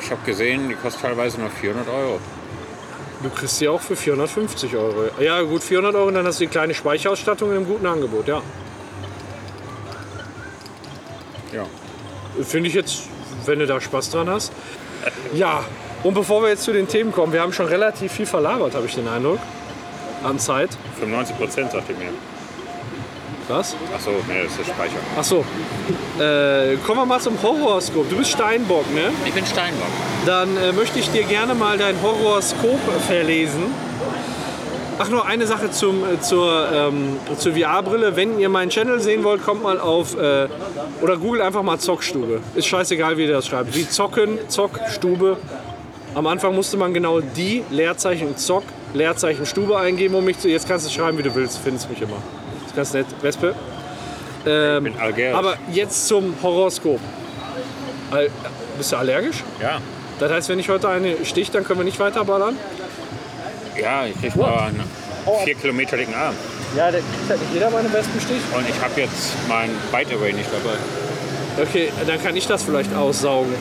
B: Ich habe gesehen, die kostet teilweise nur 400 Euro.
A: Du kriegst sie auch für 450 Euro. Ja, gut, 400 Euro, dann hast du die kleine Speicherausstattung in einem guten Angebot, ja.
B: Ja.
A: Finde ich jetzt, wenn du da Spaß dran hast. Ja, und bevor wir jetzt zu den Themen kommen, wir haben schon relativ viel verlabert, habe ich den Eindruck. An Zeit.
B: 95 Prozent, sagte mir.
A: Was?
B: Achso, nee, das ist der Speicher.
A: Ach so. Äh, kommen wir mal zum Horoskop. Du bist Steinbock, ne?
B: Ich bin Steinbock.
A: Dann äh, möchte ich dir gerne mal dein Horoskop verlesen. Ach, nur eine Sache zum, äh, zur, ähm, zur VR-Brille. Wenn ihr meinen Channel sehen wollt, kommt mal auf äh, oder googelt einfach mal Zockstube. Ist scheißegal, wie ihr das schreibt. Wie zocken, Zockstube. Am Anfang musste man genau die Leerzeichen Zock, Leerzeichen Stube eingeben, um mich zu. Jetzt kannst du es schreiben, wie du willst. Findest mich immer. Ist ganz nett. Wespe? Ähm,
B: Ich bin Algerisch.
A: aber jetzt zum Horoskop. Al bist du allergisch?
B: Ja.
A: Das heißt, wenn ich heute eine stich, dann können wir nicht weiterballern?
B: Ja, ich krieg mal einen vier Kilometer dicken Arm.
A: Ja, da kriegt halt nicht jeder meinen besten Stich.
B: Und ich habe jetzt mein Bite Away nicht dabei.
A: Okay, dann kann ich das vielleicht aussaugen.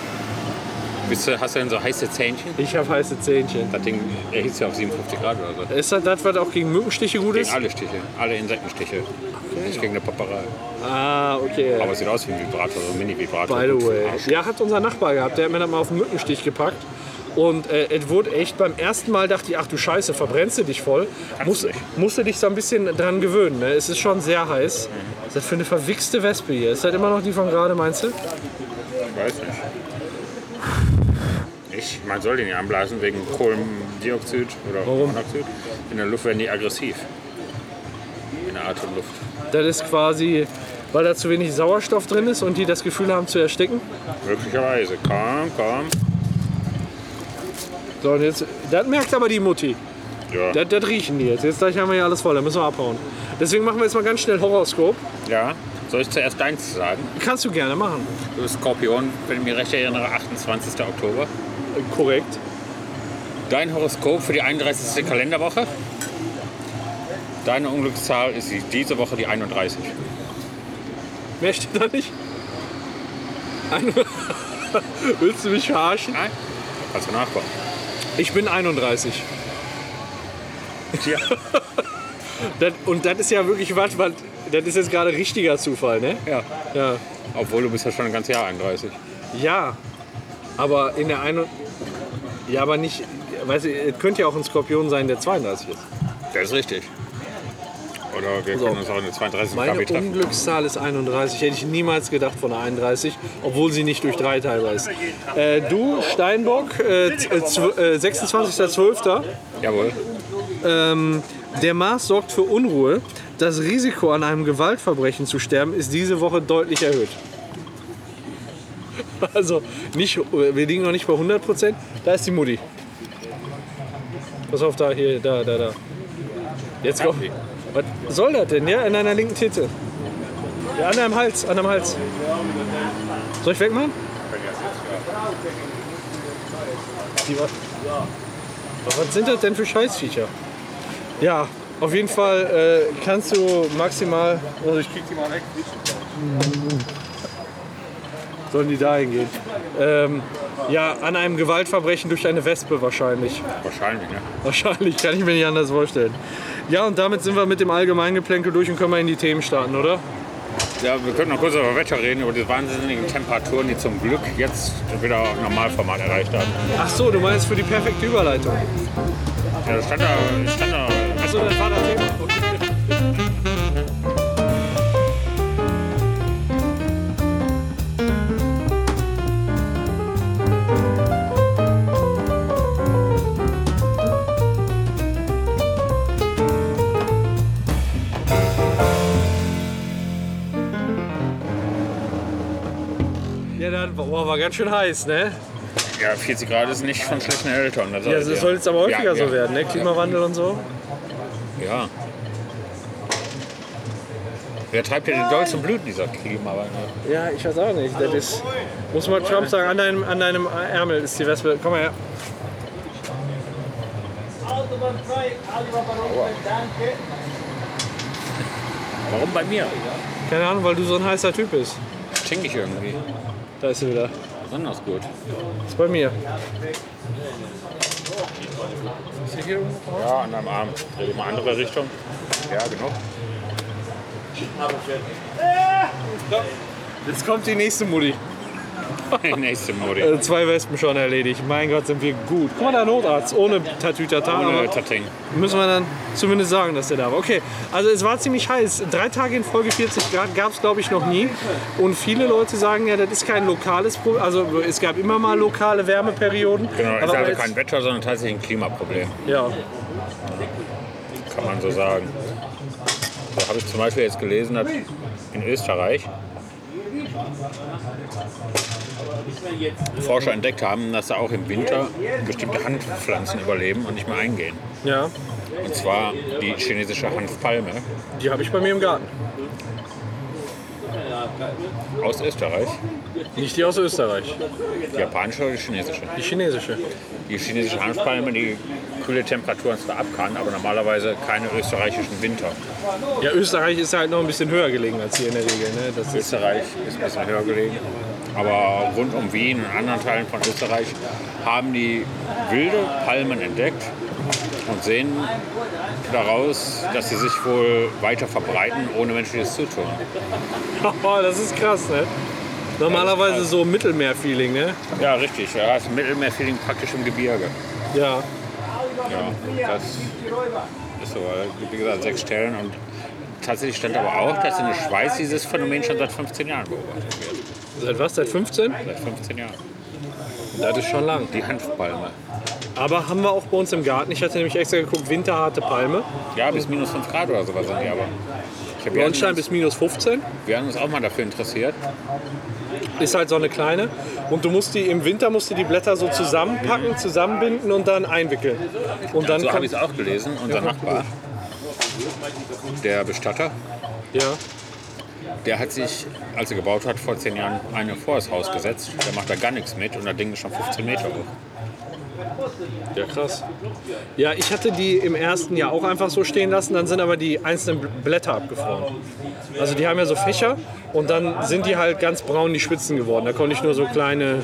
B: Bist du, hast du denn so heiße Zähnchen?
A: Ich habe heiße Zähnchen.
B: Das Ding erhitzt ja auf 57 Grad oder so.
A: Ist das das, was auch gegen Mückenstiche gut
B: Gegen
A: ist?
B: alle Stiche, alle Insektenstiche. Nicht gegen eine Papperei.
A: Ah, okay.
B: Aber es sieht aus wie ein Vibrator, so ein Mini-Vibrator.
A: By the
B: Gut für den
A: way.
B: Arsch.
A: Ja, hat unser Nachbar gehabt. Der hat mir dann mal auf den Mückenstich gepackt. Und äh, es wurde echt, beim ersten Mal dachte ich, ach du Scheiße, verbrennst du dich voll. Musst,
B: nicht.
A: musst du dich so ein bisschen dran gewöhnen. Ne? Es ist schon sehr heiß. Was ist das für eine verwichste Wespe hier? Ist das immer noch die von gerade, meinst du?
B: Ich weiß nicht. Ich, man soll den ja anblasen wegen Kohlendioxid oder
A: Warum?
B: Monoxid. In der Luft werden die aggressiv. In der Atemluft.
A: Das ist quasi, weil da zu wenig Sauerstoff drin ist und die das Gefühl haben zu ersticken.
B: Möglicherweise. Komm, komm.
A: So, und jetzt, das merkt aber die Mutti.
B: Ja.
A: Das, das riechen die jetzt. Jetzt gleich haben wir hier alles voll, da müssen wir abhauen. Deswegen machen wir jetzt mal ganz schnell Horoskop.
B: ja. Soll ich zuerst deins sagen?
A: Kannst du gerne machen.
B: Du bist Skorpion, wenn ich mich recht erinnere, 28. Oktober.
A: Äh, Korrekt.
B: Dein Horoskop für die 31. Kalenderwoche? Deine Unglückszahl ist die- diese Woche die 31.
A: Mehr steht da nicht. Ein (laughs) Willst du mich verarschen?
B: Nein? Kannst du nachgucken.
A: Ich bin 31.
B: Ja.
A: (laughs) Das, und das ist ja wirklich was, was- das ist jetzt gerade richtiger Zufall, ne?
B: ja.
A: Ja.
B: Obwohl du bist ja schon ein ganzes Jahr 31.
A: Ja, aber in der einen. Ja, aber nicht. Weißt du, es könnte ja auch ein Skorpion sein, der 32 ist.
B: Das ist richtig. Also, Oder wir können uns auch in der 32.
A: Meine
B: KW treffen.
A: Unglückszahl ist 31. Hätte ich niemals gedacht von der 31, obwohl sie nicht durch drei teilbar ist. Äh, du, Steinbock, äh, z- äh, zw- äh, 26.12.
B: Jawohl.
A: Ähm, der Mars sorgt für Unruhe. Das Risiko, an einem Gewaltverbrechen zu sterben, ist diese Woche deutlich erhöht. Also, nicht, wir liegen noch nicht bei 100 Prozent. Da ist die Mutti. Pass auf, da, hier, da, da, da. Jetzt kommt. Was soll das denn, ja? In einer linken Titte. Ja, an deinem Hals, an deinem Hals. Soll ich wegmachen? Die, wa- was sind das denn für Scheißviecher? Ja, auf jeden Fall äh, kannst du maximal. Also ich krieg die mal weg. Sollen die da hingehen? Ähm, ja, an einem Gewaltverbrechen durch eine Wespe wahrscheinlich. (laughs)
B: Wahrscheinlich, ne?
A: Wahrscheinlich, kann ich mir nicht anders vorstellen. Ja, und damit sind wir mit dem Allgemeingeplänkel durch und können mal in die Themen starten, oder?
B: Ja, wir können noch kurz über Wetter reden, über die wahnsinnigen Temperaturen, die zum Glück jetzt wieder Normalformat erreicht haben.
A: Ach so, du meinst für die perfekte Überleitung.
B: Ja, das stand da, Also, stand da
A: Achso, das war das Thema. Okay. Ja, dann boah, war ganz schön heiß, ne?
B: Ja, 40 Grad ist nicht von schlechten Eltern. Das
A: Ja, das soll jetzt aber häufiger
B: ja, ja.
A: so werden, ne? Klimawandel und so.
B: Ja. Wer treibt hier die dollsten Blüten dieser ne? Klimawandel?
A: Ja, ich weiß auch nicht. Das ist, muss man Trump sagen, an deinem, an deinem Ärmel ist die Wespe. Komm mal her.
D: Alderman Frey, Alderman Roosevelt, danke.
B: Warum bei mir?
A: Keine Ahnung, weil du so ein heißer Typ bist.
B: Schenke ich irgendwie.
A: Da ist sie wieder.
B: Besonders gut.
A: Ist bei mir.
B: Ja, an deinem Arm. Dreh die mal andere Richtung. Ja, genau.
A: Jetzt kommt die nächste Mutti.
B: Nächste Modi.
A: Äh, zwei Wespen schon erledigt. Mein Gott, sind wir gut. Guck mal, der Notarzt. Ohne Tatütata.
B: Ohne
A: aber
B: Tatting.
A: Müssen wir dann zumindest sagen, dass der da war. Okay, also es war ziemlich heiß. Drei Tage in Folge 40 Grad gab es, glaube ich, noch nie. Und viele Leute sagen ja, das ist kein lokales Problem. Also es gab immer mal lokale Wärmeperioden.
B: Genau, ist
A: aber
B: also
A: jetzt-
B: kein Wetter, sondern tatsächlich ein Klimaproblem,
A: Ja,
B: kann man so sagen. Da habe ich zum Beispiel jetzt gelesen, dass in Österreich Forscher entdeckt haben, dass da auch im Winter bestimmte Hanfpflanzen überleben und nicht mehr eingehen.
A: ja.
B: Und zwar die chinesische Hanfpalme
A: Die habe ich bei mir im Garten.
B: aus Österreich.
A: Nicht die aus Österreich,
B: Die japanische oder die chinesische?
A: die chinesische.
B: Die chinesische Hanfpalme, die kühle Temperaturen zwar ab kann, aber normalerweise keine österreichischen Winter.
A: Ja, Österreich ist halt noch ein bisschen höher gelegen als hier in der Regel. Ne? Das (laughs) ist
B: Österreich ist ein bisschen höher gelegen. Aber rund um Wien und anderen Teilen von Österreich haben die wilde Palmen entdeckt und sehen daraus, dass sie sich wohl weiter verbreiten, ohne menschliches Zutun.
A: Boah, das ist krass, ne? Normalerweise so Mittelmeer-Feeling, ne?
B: Ja, richtig. Da ist Mittelmeerfeeling praktisch im Gebirge.
A: Ja.
B: Ja, das ist so. weil, Wie gesagt, sechs Stellen. Und tatsächlich stand aber auch, dass in der Schweiz dieses Phänomen schon seit 15 Jahren beobachtet wird.
A: Seit was? Seit 15?
B: Seit 15 Jahren.
A: Das ist schon lang.
B: Die Hanfpalme.
A: Aber haben wir auch bei uns im Garten. Ich hatte nämlich extra geguckt, winterharte Palme.
B: Ja, bis minus 5 Grad oder sowas sind die aber. Ich hab, wir,
A: Bornstein
B: hatten
A: bis
B: uns,
A: minus 15.
B: wir hatten uns auch mal dafür interessiert.
A: Ist halt so eine kleine. Und du musst die im Winter musst du die Blätter so zusammenpacken, zusammenbinden und dann einwickeln. Und dann
B: so habe
A: kommt,
B: ich es auch gelesen. Unser
A: Ja, kommt
B: Nachbar, der Bestatter,
A: ja,
B: der hat sich, als er gebaut hat, vor 10 Jahren eine vor das Haus gesetzt. Der macht da gar nichts mit und das Ding ist schon 15 Meter hoch.
A: ja krass. Ja, ich hatte die im ersten Jahr auch einfach so stehen lassen. Dann sind aber die einzelnen Bl- Blätter abgefroren. Also die haben ja so Fächer und dann sind die halt ganz braun die Spitzen geworden. Da konnte ich nur so kleine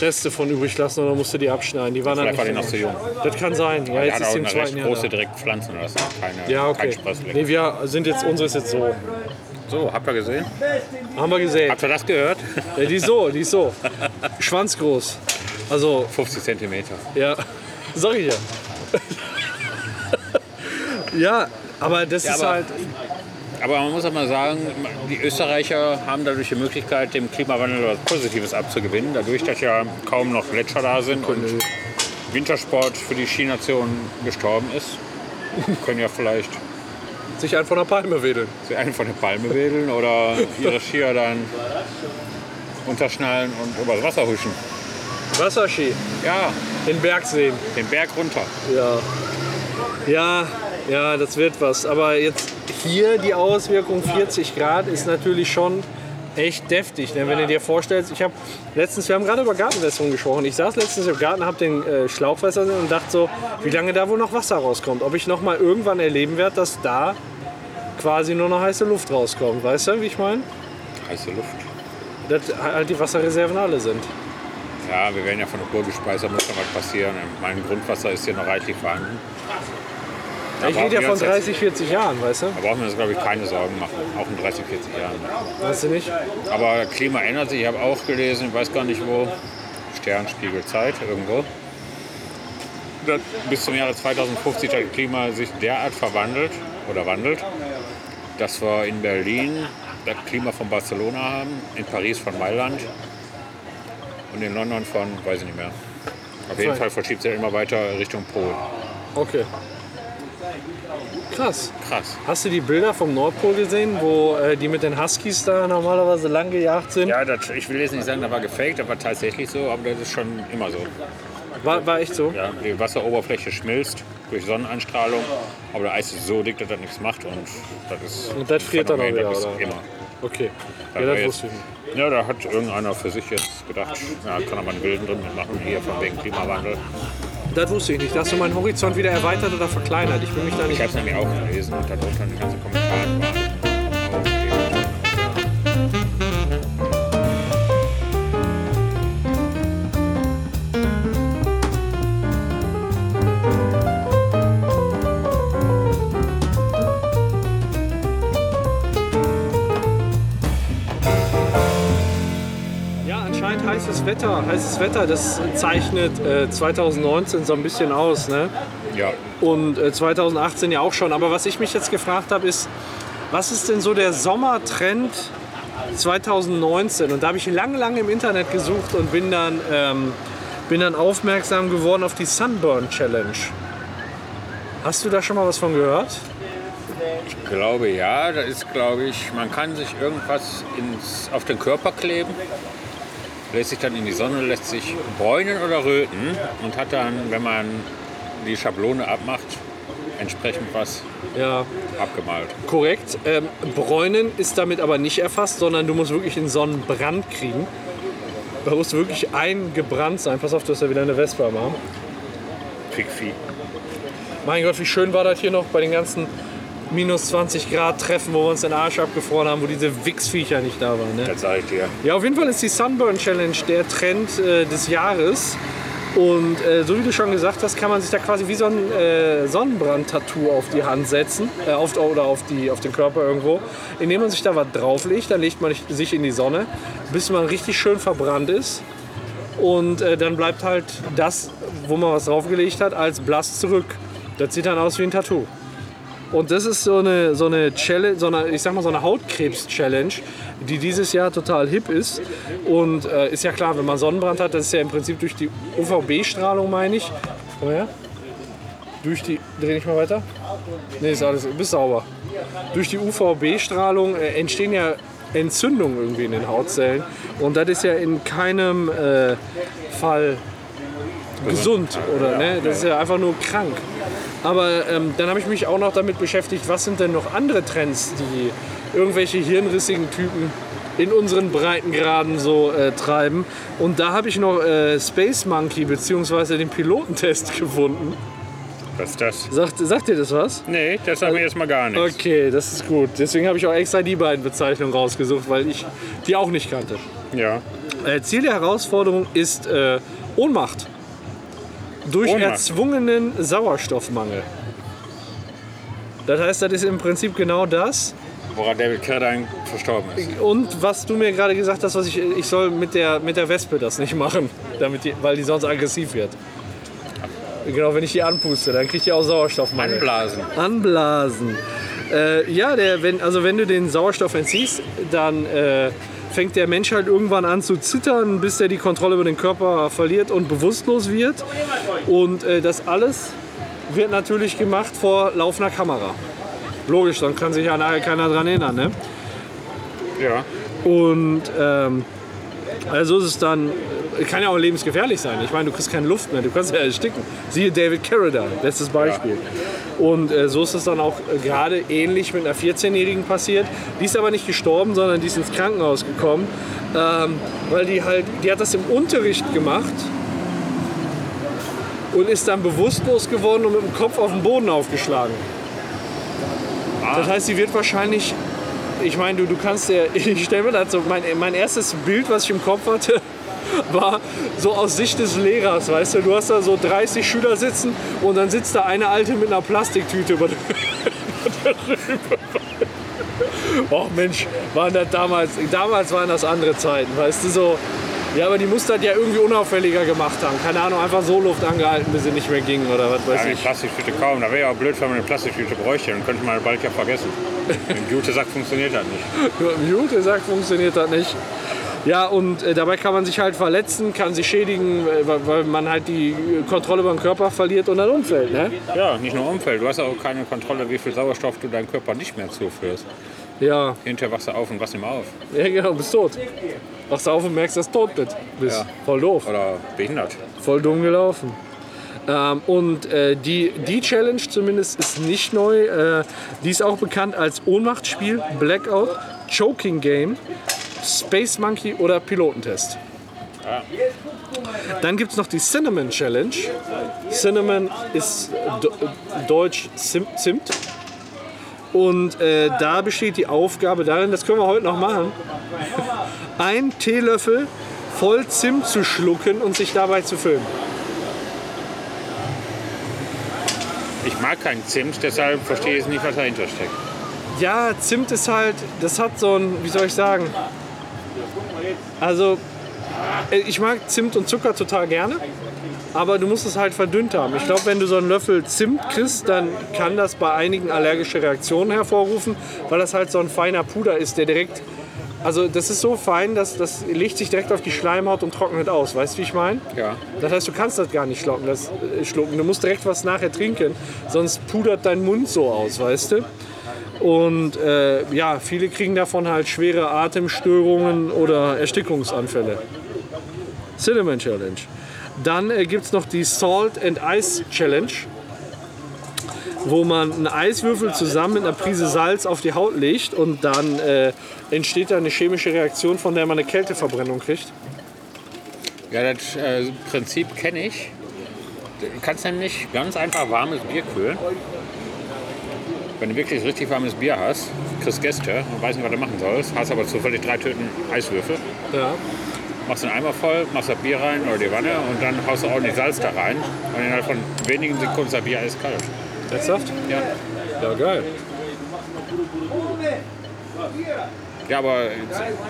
A: Reste von übrig lassen oder musste die abschneiden. Die waren dann
B: Vielleicht war die
A: nicht
B: noch zu jung.
A: Das kann sein. Ja,
B: Der
A: jetzt
B: hat
A: ist
B: auch
A: sie im
B: eine recht
A: zweiten Jahr. da.
B: große direkt pflanzen lassen. Keine,
A: Ja,
B: Kein
A: okay.
B: Sprössling.
A: Nee, wir sind jetzt, unsere ist jetzt so.
B: So, habt ihr gesehen?
A: Haben wir gesehen.
B: Habt ihr das
A: (laughs)
B: gehört?
A: Ja, die ist so, die ist so. Schwanzgroß. Also,
B: 50 Zentimeter.
A: ja, sag ich ja. Ja, aber das ist
B: aber-
A: halt.
B: Aber man muss auch mal sagen, die Österreicher haben dadurch die Möglichkeit, dem Klimawandel was Positives abzugewinnen. Dadurch, dass ja kaum noch Gletscher da sind und
A: Genau.
B: Wintersport für die Skination gestorben
A: (laughs)
B: ist, können ja vielleicht
A: Sich einfach einer Palme wedeln.
B: sie einen von der Palme wedeln oder ihre Skier dann unterschnallen und übers Wasser huschen.
A: Wasserski,
B: Ja,
A: den Berg sehen.
B: den Berg runter.
A: Ja. Ja, ja, das wird was. Aber jetzt hier die Auswirkung 40 Grad ist natürlich schon echt deftig. Ne? Wenn du dir vorstellst, ich habe letztens, wir haben gerade über Gartenwässerung gesprochen. Ich saß letztens im Garten, habe den äh, Schlauchwässer und dachte so, wie lange da wohl noch Wasser rauskommt. Ob ich noch mal irgendwann erleben werde, dass da quasi nur noch heiße Luft rauskommt. Weißt du, wie ich meine?
B: Heiße Luft.
A: Dass halt die Wasserreserven alle sind.
B: Ja, wir werden ja von der Burg gespeist, da muss noch was passieren. Mein Grundwasser ist hier noch reichlich vorhanden. Da
A: Ich rede
B: brauchen
A: ja
B: wir
A: von
B: uns jetzt-
A: 30, 40 Jahren, weißt du?
B: Da brauchen wir uns, glaube ich, keine Sorgen machen, auch in 30, 40 Jahren.
A: Weißt du nicht?
B: Aber Klima ändert sich. Ich habe auch gelesen, ich weiß gar nicht wo, Sternspiegel Zeit irgendwo. dass Bis zum Jahre 2050 das Klima sich derart verwandelt oder wandelt, dass wir in Berlin das Klima von Barcelona haben, in Paris von Mailand und in London von, weiß ich nicht mehr. Auf jeden
A: Zwei.
B: Fall verschiebt sich immer weiter Richtung Pol.
A: Okay. Krass.
B: Krass.
A: Hast du die Bilder vom Nordpol gesehen, wo äh, die mit den Huskies da normalerweise lang gejagt sind?
B: Ja, das, ich will jetzt nicht sagen, das war gefaked, aber tatsächlich so, aber das ist schon immer so.
A: War, war echt so?
B: Ja, die Wasseroberfläche schmilzt durch Sonneneinstrahlung, aber der Eis ist so dick, dass er nichts macht und das ist.
A: Und das
B: ein
A: friert dann auch
B: Phänomen,
A: wieder,
B: das ist
A: oder?
B: Immer.
A: Okay.
B: Da
A: Ja,
B: war
A: das
B: jetzt-
A: wusste ich nicht.
B: Ja, da hat irgendeiner für sich jetzt gedacht, na, kann er mal einen Wilden drin mitmachen, hier von wegen Klimawandel.
A: Das wusste ich nicht. Da hast du meinen Horizont wieder erweitert oder verkleinert. Ich bin mich da
B: Ich
A: nicht.
B: habe es nämlich auch gelesen und darunter die ganzen Kommentare.
A: Ja, anscheinend heißes Wetter. Heißes Wetter, das zeichnet äh, 2019 so ein bisschen aus. Ne?
B: Ja,
A: Und äh, 2018 ja auch schon. Aber was ich mich jetzt gefragt habe, ist, was ist denn so der Sommertrend 2019? Und da habe ich lange, lange im Internet gesucht und bin dann, ähm, bin dann aufmerksam geworden auf die Sunburn Challenge. Hast du da schon mal was von gehört?
B: ich glaube ja, da ist glaube ich, man kann sich irgendwas ins, auf den Körper kleben, lässt sich dann in die Sonne, lässt sich bräunen oder röten und hat dann, wenn man die Schablone abmacht, entsprechend was
A: Ja,
B: abgemalt.
A: Korrekt. Ähm, Bräunen ist damit aber nicht erfasst, sondern du musst wirklich einen Sonnenbrand kriegen. Da musst du wirklich eingebrannt sein. Pass auf, du hast ja wieder eine Vespa am Arm.
B: Kriegvieh.
A: Mein Gott, wie schön war das hier noch bei den ganzen minus 20 Grad Treffen, wo wir uns den Arsch abgefroren haben, wo diese Wichsviecher nicht da waren. Ne?
B: Das sag ich dir.
A: Ja, auf jeden Fall ist die Sunburn Challenge der Trend äh, des Jahres. Und äh, so wie du schon gesagt hast, kann man sich da quasi wie so ein äh, Sonnenbrand-Tattoo auf die Hand setzen äh, auf, oder auf, die, auf den Körper irgendwo, indem man sich da was drauflegt. Dann legt man sich in die Sonne, bis man richtig schön verbrannt ist. Und äh, dann bleibt halt das, wo man was draufgelegt hat, als blass zurück. Das sieht dann aus wie ein Tattoo. Und das ist so eine, so eine Challenge, so eine, ich sag mal so eine Hautkrebs-Challenge, die dieses Jahr total hip ist. Und äh, ist ja klar, wenn man Sonnenbrand hat, das ist ja im Prinzip durch die UVB-Strahlung, meine ich. Komm her. Durch die. Dreh ich mal weiter? Nee, ist alles. Bist sauber. Durch die UVB-Strahlung äh, entstehen ja Entzündungen irgendwie in den Hautzellen. Und das ist ja in keinem äh, Fall gesund oder ne? Das ist ja einfach nur krank. Aber ähm, dann habe ich mich auch noch damit beschäftigt, was sind denn noch andere Trends, die irgendwelche hirnrissigen Typen in unseren Breitengraden so äh, treiben. Und da habe ich noch äh, Space Monkey bzw. den Pilotentest gefunden.
B: Was ist das?
A: Sagt, sagt dir das was?
B: Nee, das sagt mir erstmal gar nichts.
A: Okay, das ist gut. Deswegen habe ich auch extra die beiden Bezeichnungen rausgesucht, weil ich die auch nicht kannte.
B: Ja.
A: Äh, Ziel der Herausforderung ist äh, Ohnmacht. Durch
B: Ohnmacht.
A: erzwungenen Sauerstoffmangel. Das heißt, das ist im Prinzip genau das.
B: Woran David Carradine verstorben ist.
A: Und was du mir gerade gesagt hast, was ich, ich soll mit der, mit der Wespe das nicht machen, damit die, weil die sonst aggressiv wird. Genau, wenn ich die anpuste, dann kriegt die auch Sauerstoffmangel.
B: Anblasen.
A: Anblasen. Äh, ja, der, wenn, also wenn du den Sauerstoff entziehst, dann äh, fängt der Mensch halt irgendwann an zu zittern, bis er die Kontrolle über den Körper verliert und bewusstlos wird. Und äh, das alles wird natürlich gemacht vor laufender Kamera. Logisch, dann kann sich ja nachher keiner dran erinnern. Ne?
B: Ja.
A: Und ähm, also ist es dann, kann ja auch lebensgefährlich sein. Ich meine, du kriegst keine Luft mehr, du kannst ja ersticken. Siehe David Carradine, letztes Beispiel. Und äh, so ist es dann auch äh, gerade ähnlich mit einer 14-Jährigen passiert. Die ist aber nicht gestorben, sondern die ist ins Krankenhaus gekommen, ähm, weil die halt, die hat das im Unterricht gemacht und ist dann bewusstlos geworden und mit dem Kopf auf den Boden aufgeschlagen. Das heißt, sie wird wahrscheinlich ich meine, du, du kannst ja, (laughs) ich stelle mir das so, mein, mein erstes Bild, was ich im Kopf hatte, (laughs) war so aus Sicht des Lehrers, weißt du, du hast da so 30 Schüler sitzen und dann sitzt da eine Alte mit einer Plastiktüte über (laughs) Och Mensch, waren das damals, damals waren das andere Zeiten, weißt du, so. Ja, aber die muss das ja irgendwie unauffälliger gemacht haben. Keine Ahnung, einfach so Luft angehalten, bis sie nicht mehr ging oder was weiß
B: Ja, die
A: ich.
B: Plastiktüte kaum. Da wäre ja auch blöd, wenn man eine Plastiktüte bräuchte. Dann könnte man bald ja vergessen. Im Jute-Sack funktioniert das nicht.
A: Nur im Jute sagt, funktioniert das nicht. Ja, und äh, dabei kann man sich halt verletzen, kann sich schädigen, äh, weil- weil man halt die äh, Kontrolle über den Körper verliert und dann umfällt. Ne?
B: Ja, nicht nur Umfeld. Du hast auch keine Kontrolle, wie viel Sauerstoff du deinem Körper nicht mehr zuführst.
A: Ja. (laughs)
B: Hinterher wachst du auf und wachst ihm auf.
A: ja, genau, bist tot. Wachst auf und merkst, dass du tot bist.
B: Ja.
A: Voll doof.
B: Oder behindert.
A: Voll dumm gelaufen. Ähm, und äh, die, die Challenge zumindest ist nicht neu. Äh, die ist auch bekannt als Ohnmachtsspiel, Blackout, Choking Game, Space Monkey oder Pilotentest. Dann gibt es noch die Cinnamon Challenge. Cinnamon ist äh, do- äh, deutsch Zim Zimt. Und äh, da besteht die Aufgabe darin, das können wir heute noch machen, einen Teelöffel voll Zimt zu schlucken und sich dabei zu filmen.
B: Ich mag keinen Zimt, deshalb verstehe ich nicht, was dahinter steckt.
A: Ja, Zimt ist halt, das hat so ein, wie soll ich sagen, also äh, ich mag Zimt und Zucker total gerne, aber du musst es halt verdünnt haben. Ich glaube, wenn du so einen Löffel Zimt kriegst, dann kann das bei einigen allergische Reaktionen hervorrufen, weil das halt so ein feiner Puder ist, der direkt, also das ist so fein, dass das legt sich direkt auf die Schleimhaut und trocknet aus. Weißt du, wie ich meine?
B: Ja.
A: Das heißt, du kannst das gar nicht schlucken, das, äh, schlucken. Du musst direkt was nachher trinken, sonst pudert dein Mund so aus, weißt du? Und äh, ja, viele kriegen davon halt schwere Atemstörungen oder Erstickungsanfälle. Cinnamon Challenge. Dann äh, gibt es noch die Salt and Ice Challenge, wo man einen Eiswürfel zusammen mit einer Prise Salz auf die Haut legt und dann äh, entsteht da eine chemische Reaktion, von der man eine Kälteverbrennung kriegt.
B: Ja, das äh, Prinzip kenne ich. Du kannst nämlich ganz einfach warmes Bier kühlen. Wenn du wirklich richtig warmes Bier hast, kriegst Gäste und weißt nicht, was du machen sollst, hast aber zufällig drei Tüten Eiswürfel,
A: Ja.
B: machst den Eimer voll, machst das Bier rein oder die Wanne und dann haust du ordentlich Salz da rein und innerhalb von wenigen Sekunden ist das Bier eiskalt.
A: Ernsthaft?
B: Ja.
A: Ja, geil.
B: ja, aber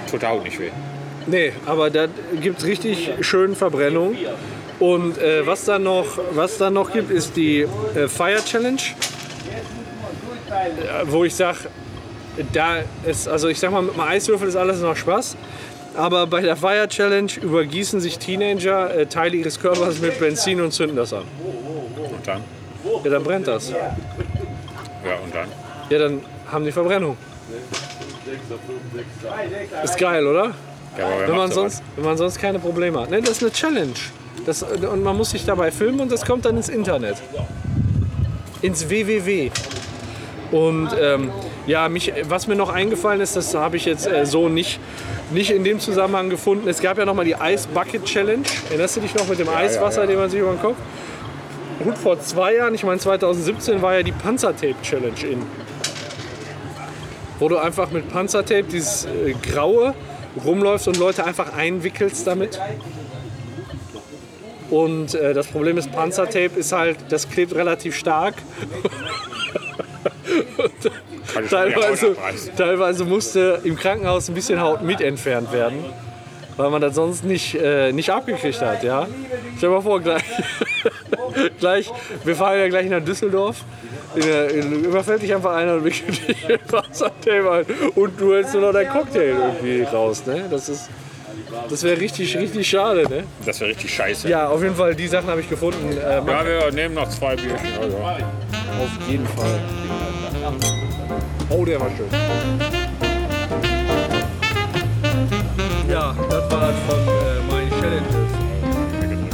B: es tut der Haut nicht weh.
A: Nee, aber da gibt es richtig schön Verbrennung. Und äh, was da noch, was da noch gibt, ist die äh, Fire Challenge, Äh, wo ich sag, da ist, also ich sag mal, mit einem Eiswürfel ist alles noch Spaß. Aber bei der Fire Challenge übergießen sich Teenager äh, Teile ihres Körpers mit Benzin und zünden das an.
B: Und dann?
A: Ja, dann brennt das.
B: Ja, und dann?
A: Ja, dann haben die Verbrennung. Ist geil, oder?
B: Ja, aber
A: Wenn
B: wer macht
A: man,
B: sowas?
A: sonst, wenn man sonst keine Probleme hat. Ne, das ist eine Challenge. Das, und man muss sich dabei filmen und das kommt dann ins Internet. Ins WWW. Und ähm, ja, mich, was mir noch eingefallen ist, das habe ich jetzt äh, so nicht, nicht in dem Zusammenhang gefunden. Es gab ja nochmal die Ice Bucket Challenge. Erinnerst du dich noch mit dem Eiswasser,
B: ja.
A: dem man sich über den Kopf? Gut, vor zwei Jahren, ich meine 2017, war ja die Panzertape Challenge in wo du einfach mit Panzertape dieses äh, Graue rumläufst und Leute einfach einwickelst damit. Und äh, das Problem ist, Panzertape ist halt, das klebt relativ stark.
B: Kann ich schon die Haut
A: Teilweise,
B: abreißen.
A: teilweise musste im Krankenhaus ein bisschen Haut mit entfernt werden, weil man das sonst nicht, äh, nicht abgekriegt hat. Ja? Stell dir mal vor, gleich, (laughs) gleich, wir fahren ja gleich nach Düsseldorf, in der, in, überfällt dich einfach einer und wickelt dich in Wassertape ein und du hältst nur noch deinen Cocktail irgendwie raus. Ne? Das, ist- das wäre richtig, richtig schade. Ne?
B: Das wäre richtig scheiße.
A: Ja, auf jeden Fall, die Sachen habe ich gefunden. Äh,
B: Ja, wir nehmen noch zwei Bierchen. Also.
A: auf jeden Fall. Oh, der war schön. Ja, das war das von äh, meinen Challenges.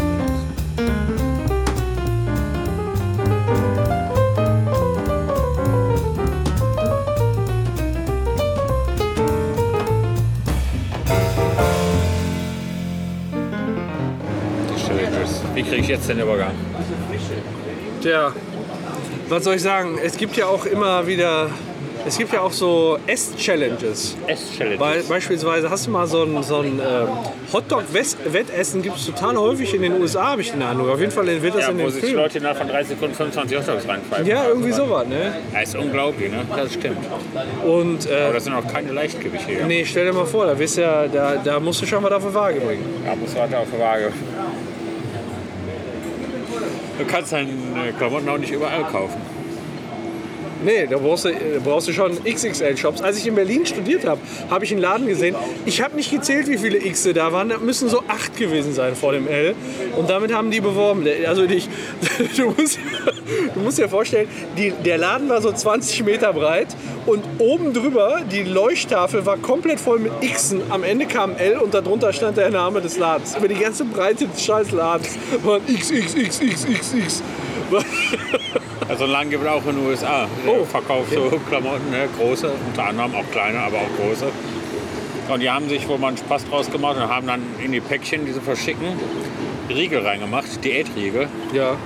B: Wie kriege ich jetzt den Übergang?
A: Tja, was soll ich sagen? Es gibt ja auch immer wieder, es gibt ja auch so Ess-Challenges. Be
B: Ess-Challenge.
A: beispielsweise hast du mal so ein, so ein ähm, Hotdog-Wettessen, gibt es total häufig in den USA, habe ich den Eindruck. Auf jeden Fall wird das
B: Ja,
A: in
B: wo
A: den
B: sich
A: Filmen.
B: Leute innerhalb von 30 Sekunden 25 Hotdogs reinpfeifen.
A: Ja, irgendwie sowas, ne?
B: Ja, ist unglaublich, ne? Das stimmt.
A: Und äh,
B: Aber das sind auch keine Leichtgewichte hier.
A: Nee, stell dir mal vor, da, bist du ja, da, da musst du schon was auf die Waage bringen.
B: Da musst du weiter auf die Waage. Du kannst deine Klamotten auch nicht überall kaufen.
A: Nee, da brauchst du, da brauchst du schon XXL-Shops. Als ich in Berlin studiert habe, habe ich einen Laden gesehen. Ich habe nicht gezählt, wie viele Xe da waren. Da müssen so acht gewesen sein vor dem L. Und damit haben die beworben. Also dich, (laughs) du, musst, du musst dir vorstellen, die, der Laden war so 20 Meter breit und oben drüber, die Leuchttafel war komplett voll mit Xen. Am Ende kam ein L und darunter stand der Name des Ladens. Über die ganze Breite des Scheißladens waren (laughs) XXXXXX.
B: Also einen Laden gibt es auch in den USA. Der
A: Oh.
B: verkauft so Klamotten, ne? große, unter anderem auch kleine, aber auch große. Und die haben sich wohl mal einen Spaß draus gemacht und haben dann in die Päckchen, die sie verschicken, Riegel reingemacht, Diätriegel.
A: Ja.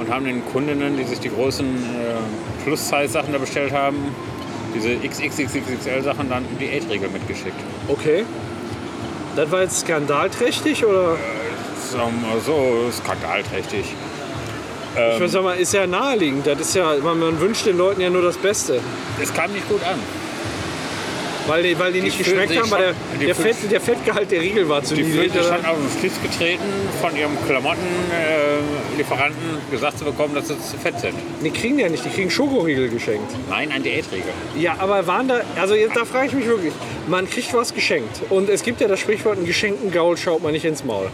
B: und haben den Kundinnen, die sich die großen äh, Plus-Size-Sachen da bestellt haben, diese XXXXXL-Sachen dann die Diätregel mitgeschickt.
A: Okay. Das war jetzt skandalträchtig oder?
B: Sagen wir mal so, skandalträchtig. Ähm.
A: Ich würde sagen, mal, ist ja naheliegend. Das ist ja, man, man wünscht den Leuten ja nur das Beste.
B: Es kam nicht gut an.
A: Weil die, weil die nicht
B: fühlen
A: geschmeckt
B: sich
A: haben, weil
B: schon-
A: der,
B: die
A: der,
B: fühlen-
A: Fett, der Fettgehalt der Riegel war zu
B: Die
A: niedrig.
B: Flöte
A: oder?
B: stand auf den Schlitz getreten, von ihrem Klamottenlieferanten äh, Lieferanten gesagt zu bekommen, dass sie zu fett sind.
A: Die kriegen die ja nicht, die kriegen Schokoriegel geschenkt.
B: Nein, ein Diätregel.
A: Ja, aber waren da, also jetzt, da frage ich mich wirklich, man kriegt was geschenkt. Und es gibt ja das Sprichwort, einen geschenkten Gaul schaut man nicht ins Maul.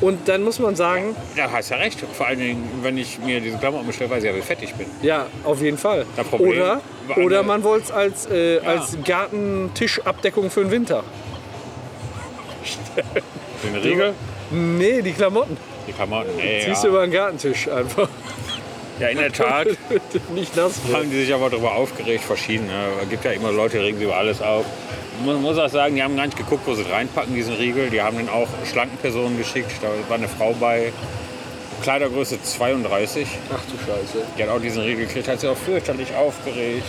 A: Und dann muss man sagen,
B: Da hast du ja recht. Vor allen Dingen, wenn ich mir diese Klamotten bestelle, weiß ich ja, wie fett ich bin.
A: ja, auf jeden Fall.
B: Das Problem
A: Oder,
B: war eine-
A: oder man wollte es als, äh, als Gartentischabdeckung für den Winter.
B: Den Riegel,
A: Nee, die Klamotten.
B: die Klamotten. Ey,
A: Ziehst du
B: ja.
A: über den Gartentisch einfach.
B: ja, in der Tat
A: (laughs) nicht nass wird.
B: haben die sich aber darüber aufgeregt, verschiedene. Es gibt ja immer Leute, die regen sich über alles auf. Man muss auch sagen, die haben gar nicht geguckt, wo sie es reinpacken, diesen Riegel. Die haben den auch schlanken Personen geschickt. Da war eine Frau bei Kleidergröße 32.
A: Ach du Scheiße.
B: Die hat auch diesen Riegel gekriegt, hat sich auch fürchterlich aufgeregt.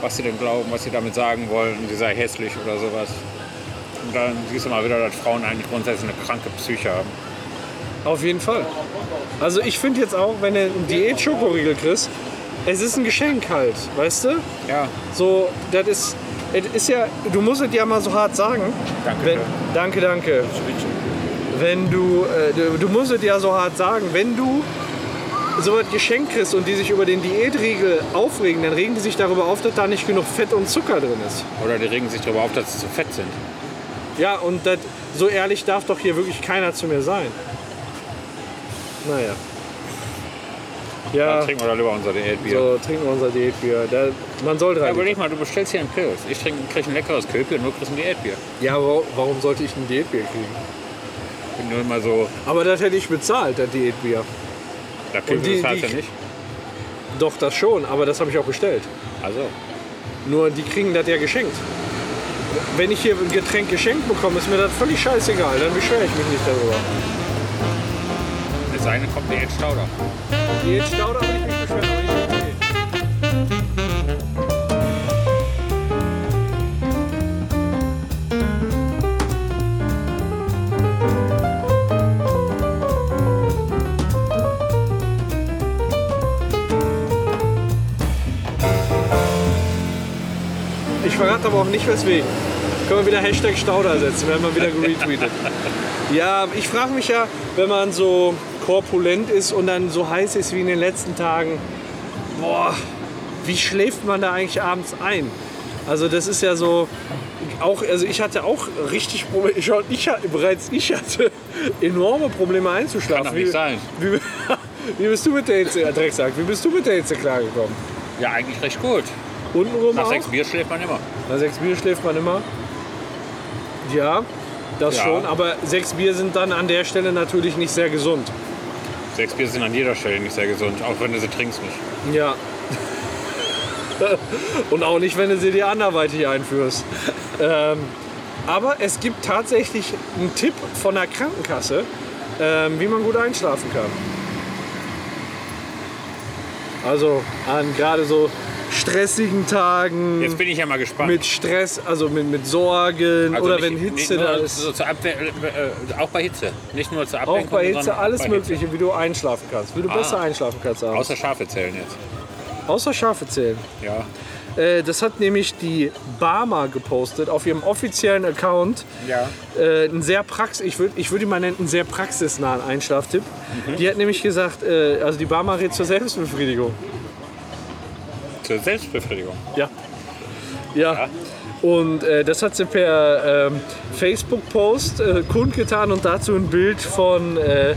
B: Was sie denn glauben, was sie damit sagen wollen, sie sei hässlich oder sowas. Und dann siehst du mal wieder, dass Frauen eigentlich grundsätzlich eine kranke Psyche haben.
A: Auf jeden Fall. Also ich finde jetzt auch, wenn du einen Diät-Schokoriegel kriegst, es ist ein Geschenk halt, weißt du?
B: Ja,
A: So, das ist, es ist ja, du musst es ja mal so hart sagen.
B: Danke,
A: Wenn, danke, danke. Wenn du, äh, du, du musst es ja so hart sagen, wenn du so etwas Geschenk kriegst und die sich über den Diätriegel aufregen, dann regen die sich darüber auf, dass da nicht genug Fett und Zucker drin ist.
B: Oder die regen sich darüber auf, dass sie zu fett sind.
A: Ja, und das, so ehrlich darf doch hier wirklich keiner zu mir sein. Naja.
B: Dann
A: Ja,
B: trinken wir da lieber unser Diätbier.
A: so trinken wir unser Diätbier. Da, man soll
B: Ja,
A: drei.
B: überleg mal, du bestellst hier einen Pilz. Ich trinke, krieg ein leckeres Kölbier und du kriegst ein Diätbier.
A: Ja, wa- warum sollte ich ein Diätbier kriegen?
B: Bin nur immer so,
A: Aber das hätte ich bezahlt, das Diätbier.
B: da kriegen
A: Und die-
B: wir das ja
A: die-
B: nicht.
A: Doch, das schon, aber das habe ich auch bestellt.
B: Also,
A: Nur die kriegen das ja geschenkt. Wenn ich hier ein Getränk geschenkt bekomme, ist mir das völlig scheißegal. Dann beschwere ich mich nicht darüber.
B: das eine kommt Diätstauder.
A: Diät staut, aber ich mich beschwere aber nicht. Ich verrate aber auch nicht weswegen. Können wir wieder Hashtag Stauder setzen, werden wir wieder geretweetet. ja, ich frage mich ja, wenn man so korpulent ist und dann so heiß ist wie in den letzten Tagen, boah, wie schläft man da eigentlich abends ein? Also das ist ja so, auch, also ich hatte auch richtig Probleme, ich, ich, hatte- bereits ich hatte enorme Probleme einzuschlafen.
B: Kann doch nicht sein.
A: Wie, (laughs) wie bist du mit der Hitze, äh, Drecksack, wie bist du mit der Hitze klargekommen?
B: Ja, eigentlich recht gut.
A: Untenrum
B: Nach
A: auch?
B: sechs Bier schläft man immer.
A: Na, sechs Bier schläft man immer. Ja, das
B: Ja.
A: schon. Aber sechs Bier sind dann an der Stelle natürlich nicht sehr gesund.
B: Sechs Bier sind an jeder Stelle nicht sehr gesund, auch wenn du sie trinkst nicht.
A: Ja. (laughs) Und auch nicht, wenn du sie dir anderweitig einführst. Ähm, aber es gibt tatsächlich einen Tipp von der Krankenkasse, ähm, wie man gut einschlafen kann. Also an gerade so stressigen Tagen.
B: Jetzt bin ich ja mal gespannt.
A: Hm. mit Stress, also mit, mit Sorgen
B: Also
A: oder
B: nicht-
A: wenn
B: nicht
A: Hitze
B: nur
A: da ist.
B: So zur Abwehr, äh, auch bei Hitze. Nicht nur zur
A: Auch
B: Abwehrung,
A: bei Hitze
B: sondern auch
A: alles
B: bei
A: Mögliche, wie du einschlafen kannst, wie du
B: Ah.
A: besser einschlafen kannst.
B: Hitze.
A: Abends.
B: Außer Schafe zählen jetzt.
A: Außer Schafe zählen.
B: Ja.
A: Äh, das hat nämlich die Barmer gepostet auf ihrem offiziellen Account.
B: ja.
A: Äh, ein sehr prax, ich würde ich würd ihn mal nennen, einen sehr praxisnahen Einschlaftipp.
B: Mhm.
A: Die hat nämlich gesagt, äh, also die Barmer rät zur Selbstbefriedigung.
B: Zur Selbstbefriedigung.
A: Ja. Ja. Und äh, das hat sie per ähm, Facebook-Post äh, kundgetan und dazu ein Bild von, äh,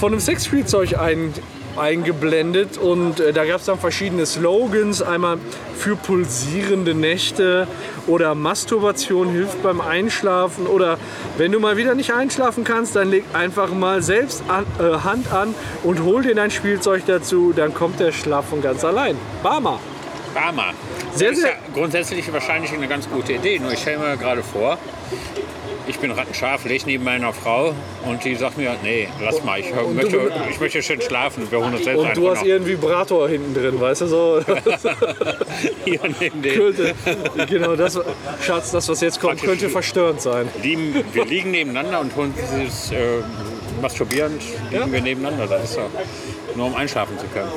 A: von einem Sexspielzeug ein, eingeblendet. Und äh, da gab es dann verschiedene Slogans. Einmal für pulsierende Nächte oder Masturbation hilft beim Einschlafen. Oder wenn du mal wieder nicht einschlafen kannst, dann leg einfach mal selbst an, äh, Hand an und hol dir dein Spielzeug dazu. Dann kommt der Schlaf von ganz allein. Barmer.
B: Barmer.
A: Sehr,
B: ist
A: sehr-
B: ja grundsätzlich wahrscheinlich eine ganz gute Idee. Nur ich stelle mir gerade vor, ich bin rattenscharf, lege neben meiner Frau und die sagt mir, nee, lass mal, ich, möchte, ich möchte schön schlafen. Wir holen uns selbst
A: Und
B: einen
A: du hast
B: von
A: ihren Vibrator hinten drin, weißt du
B: (laughs)
A: so?
B: noch. hier neben den.
A: Könnte, genau das, Schatz, das, was jetzt kommt, könnte verstörend sein.
B: Lieben, wir liegen nebeneinander und holen dieses äh, masturbierend liegen wir nebeneinander. Das ist doch nur um einschlafen zu können.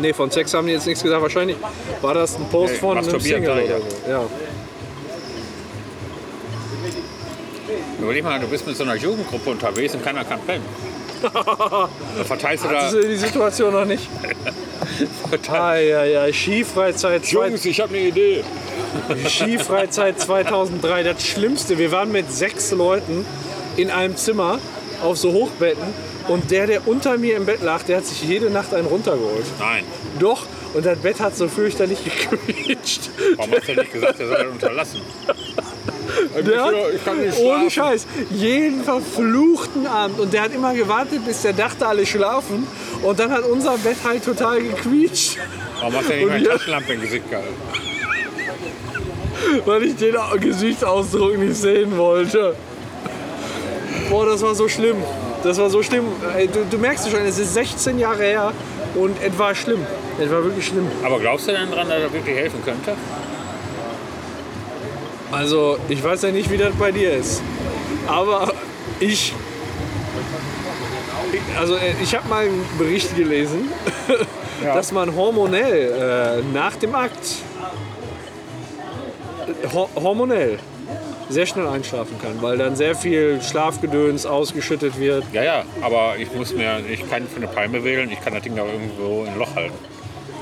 A: Nee, von Sex haben die jetzt nichts gesagt. Wahrscheinlich war das ein Post
B: Nee,
A: von einem
B: masturbieren
A: Single
B: kann ich
A: oder
B: ja.
A: so. Ja.
B: Überleg mal, du bist mit so einer Jugendgruppe unterwegs und keiner kann
A: (laughs)
B: pennen. Dann verteilst du da.
A: Hast du die Situation noch
B: (laughs)
A: nicht? Ah, ja, ja. Skifreizeit, zwei,
B: Jungs, ich habe eine Idee.
A: Skifreizeit 2003. Das Schlimmste, wir waren mit sechs Leuten in einem Zimmer auf so Hochbetten und der, der unter mir im Bett lag, der hat sich jede Nacht einen runtergeholt.
B: Nein.
A: Doch, und das Bett hat so fürchterlich (laughs) gequietscht.
B: Warum hast du nicht gesagt, er soll das unterlassen?
A: (laughs) Der hat,
B: Also ich kann nicht
A: ohne
B: schlafen.
A: Scheiß, jeden verfluchten Abend. Und der hat immer gewartet, bis der dachte, alle schlafen. Und dann hat unser Bett halt total gequietscht, (laughs)
B: Warum hast du nicht
A: Und
B: meine
A: hier-
B: Taschenlampe im Gesicht gehalten?
A: weil ich den Gesichtsausdruck nicht sehen wollte. Boah, das war so schlimm. Das war so schlimm. Ey, Du, du merkst es schon, es ist 16 Jahre her und es war schlimm. Es war wirklich schlimm.
B: Aber glaubst du denn dran, dass er wirklich helfen könnte?
A: Also, ich weiß ja nicht, wie das bei dir ist. Aber ich. ich- Also, äh, ich habe mal einen Bericht gelesen, (laughs) dass man hormonell äh, nach dem Akt. äh, Ho hormonell sehr schnell einschlafen kann, weil dann sehr viel Schlafgedöns ausgeschüttet wird.
B: Ja, ja, aber ich muss mir, ich kann für eine Palme wählen, ich kann das Ding auch irgendwo in ein Loch halten.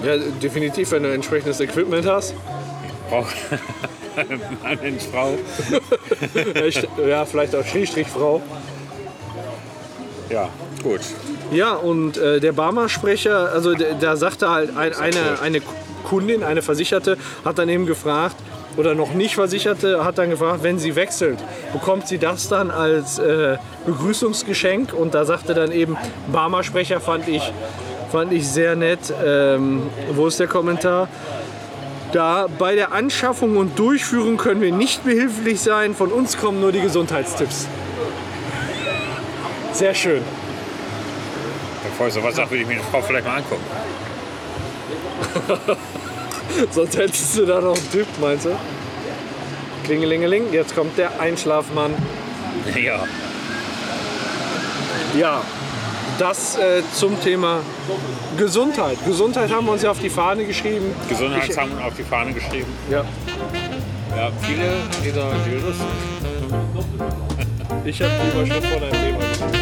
A: Ja, definitiv, wenn du entsprechendes Equipment hast. (laughs)
B: Braucht (laughs) Mann und Frau.
A: Echt, ja, vielleicht auch Schrägstrich-Frau.
B: Ja, gut.
A: Ja, und äh, der Barmer-Sprecher, also d- da sagte halt ein, eine, eine Kundin, eine Versicherte, hat dann eben gefragt, oder noch nicht Versicherte, hat dann gefragt, wenn sie wechselt, bekommt sie das dann als äh, Begrüßungsgeschenk? Und da sagte dann eben, Barmer-Sprecher fand ich, fand ich sehr nett. Ähm, wo ist der Kommentar? Da bei der Anschaffung und Durchführung können wir nicht behilflich sein. Von uns kommen nur die Gesundheitstipps. Sehr schön.
B: Bevor ich sowas sage, würde ich mir eine Frau vielleicht mal angucken. (laughs)
A: Sonst hättest du da noch einen Typ, meinst du? Klingelingeling, jetzt kommt der Einschlafmann.
B: Ja,
A: Ja, das äh, zum Thema Gesundheit. Gesundheit haben wir uns ja auf die Fahne geschrieben.
B: Gesundheit haben wir auf die Fahne geschrieben.
A: Ja.
B: Ja, viele dieser Dildos.
A: Ich habe die Überschrift von einem Thema. gemacht.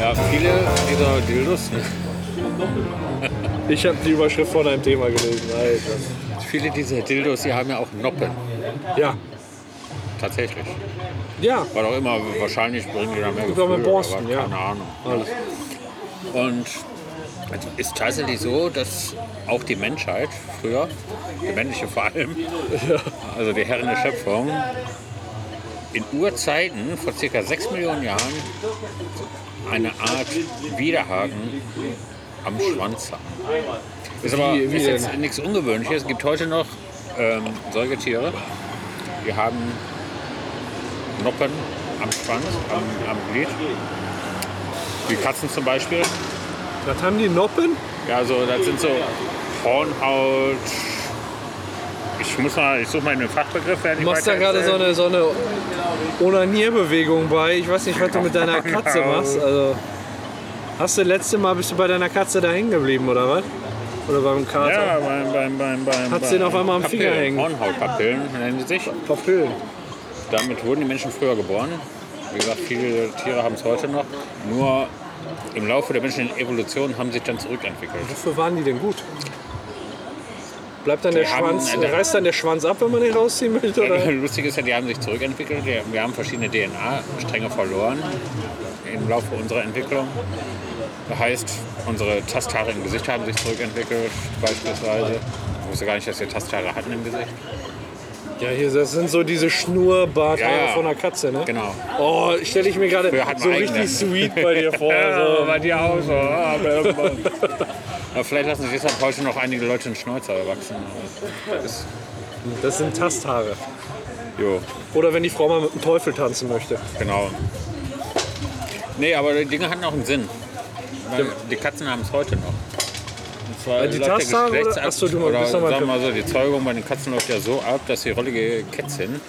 B: Ja, viele dieser Dildos.
A: Ich habe die Überschrift von einem Thema gelesen. Alter.
B: Viele dieser Dildos, die haben ja auch Noppen.
A: Ja.
B: Tatsächlich.
A: Ja.
B: War doch immer, wahrscheinlich bringen die da mehr
A: Über
B: Gefühl,
A: mit Borsten,
B: aber
A: ja.
B: keine Ahnung.
A: Alles.
B: Und es ist tatsächlich so, dass auch die Menschheit früher, die männliche vor allem, also die Herren der Schöpfung, in Urzeiten vor ca. 6 Millionen Jahren eine Art Widerhaken am Schwanz haben. Ist aber
A: Wie- wie
B: ist jetzt
A: denn?
B: nichts Ungewöhnliches. Es gibt heute noch ähm, Säugetiere, die haben Noppen am Schwanz, am, am Glied. Wie Katzen zum Beispiel.
A: Das haben die Noppen?
B: Ja, also das sind so Hornhaut. Ich muss mal, ich suche mal einen Fachbegriff, während
A: Du
B: ich
A: machst da
B: weiter
A: gerade so
B: erzähle.
A: eine, so eine Onanierbewegung bei. Ich weiß nicht, was du mit deiner Katze machst. Also, hast du letzte Mal, bist du bei deiner Katze da hängen geblieben, oder was? Oder beim Kater?
B: Ja, beim, beim, beim, beim.
A: Also, Hat's
B: beim-
A: den auf einmal am
B: Papillen,
A: Finger hängen?
B: Hornhautpapillen nennen sie sich.
A: Papillen.
B: Damit wurden die Menschen früher geboren. Wie gesagt, viele Tiere haben es heute noch. Nur im Laufe der menschlichen Evolution haben sich dann zurückentwickelt.
A: Wofür waren die denn gut? Bleibt dann der
B: Die haben-
A: Schwanz, reißt dann der Schwanz ab, wenn man den rausziehen möchte? Oder?
B: (laughs) Lustig ist ja, die haben sich zurückentwickelt. Die- Wir haben verschiedene DNA-Stränge verloren im Laufe unserer Entwicklung. Das heißt, unsere Tasthaare im Gesicht haben sich zurückentwickelt, beispielsweise. Ich wusste gar nicht, dass wir Tasthaare hatten im Gesicht.
A: Ja, hier, das sind so diese Schnurrbarthaare
B: genau. Ja, ja.
A: von der Katze, ne?
B: Genau.
A: Oh, stelle ich mir gerade
B: Früher hat man
A: so
B: eigene.
A: richtig sweet bei dir vor.
B: (laughs)
A: So.
B: bei dir Oh, auch so. Ah,
A: (laughs)
B: bäm, bäm. Aber vielleicht lassen sich deshalb heute noch einige Leute einen Schnäuzer erwachsen.
A: Das sind Tasthaare.
B: Jo,
A: Oder wenn die Frau mal mit dem Teufel tanzen möchte.
B: genau. Nee, aber die Dinge hatten auch einen Sinn. Weil Die Katzen haben es heute noch. Und zwar
A: Äh, die
B: läuft der
A: Tatsache oder-
B: Geschlechtsakt-
A: Achso, du
B: oder,
A: bist noch mal-
B: sagen wir mal so, die Zeugung bei den Katzen läuft ja so ab, dass die rollige Kätzchen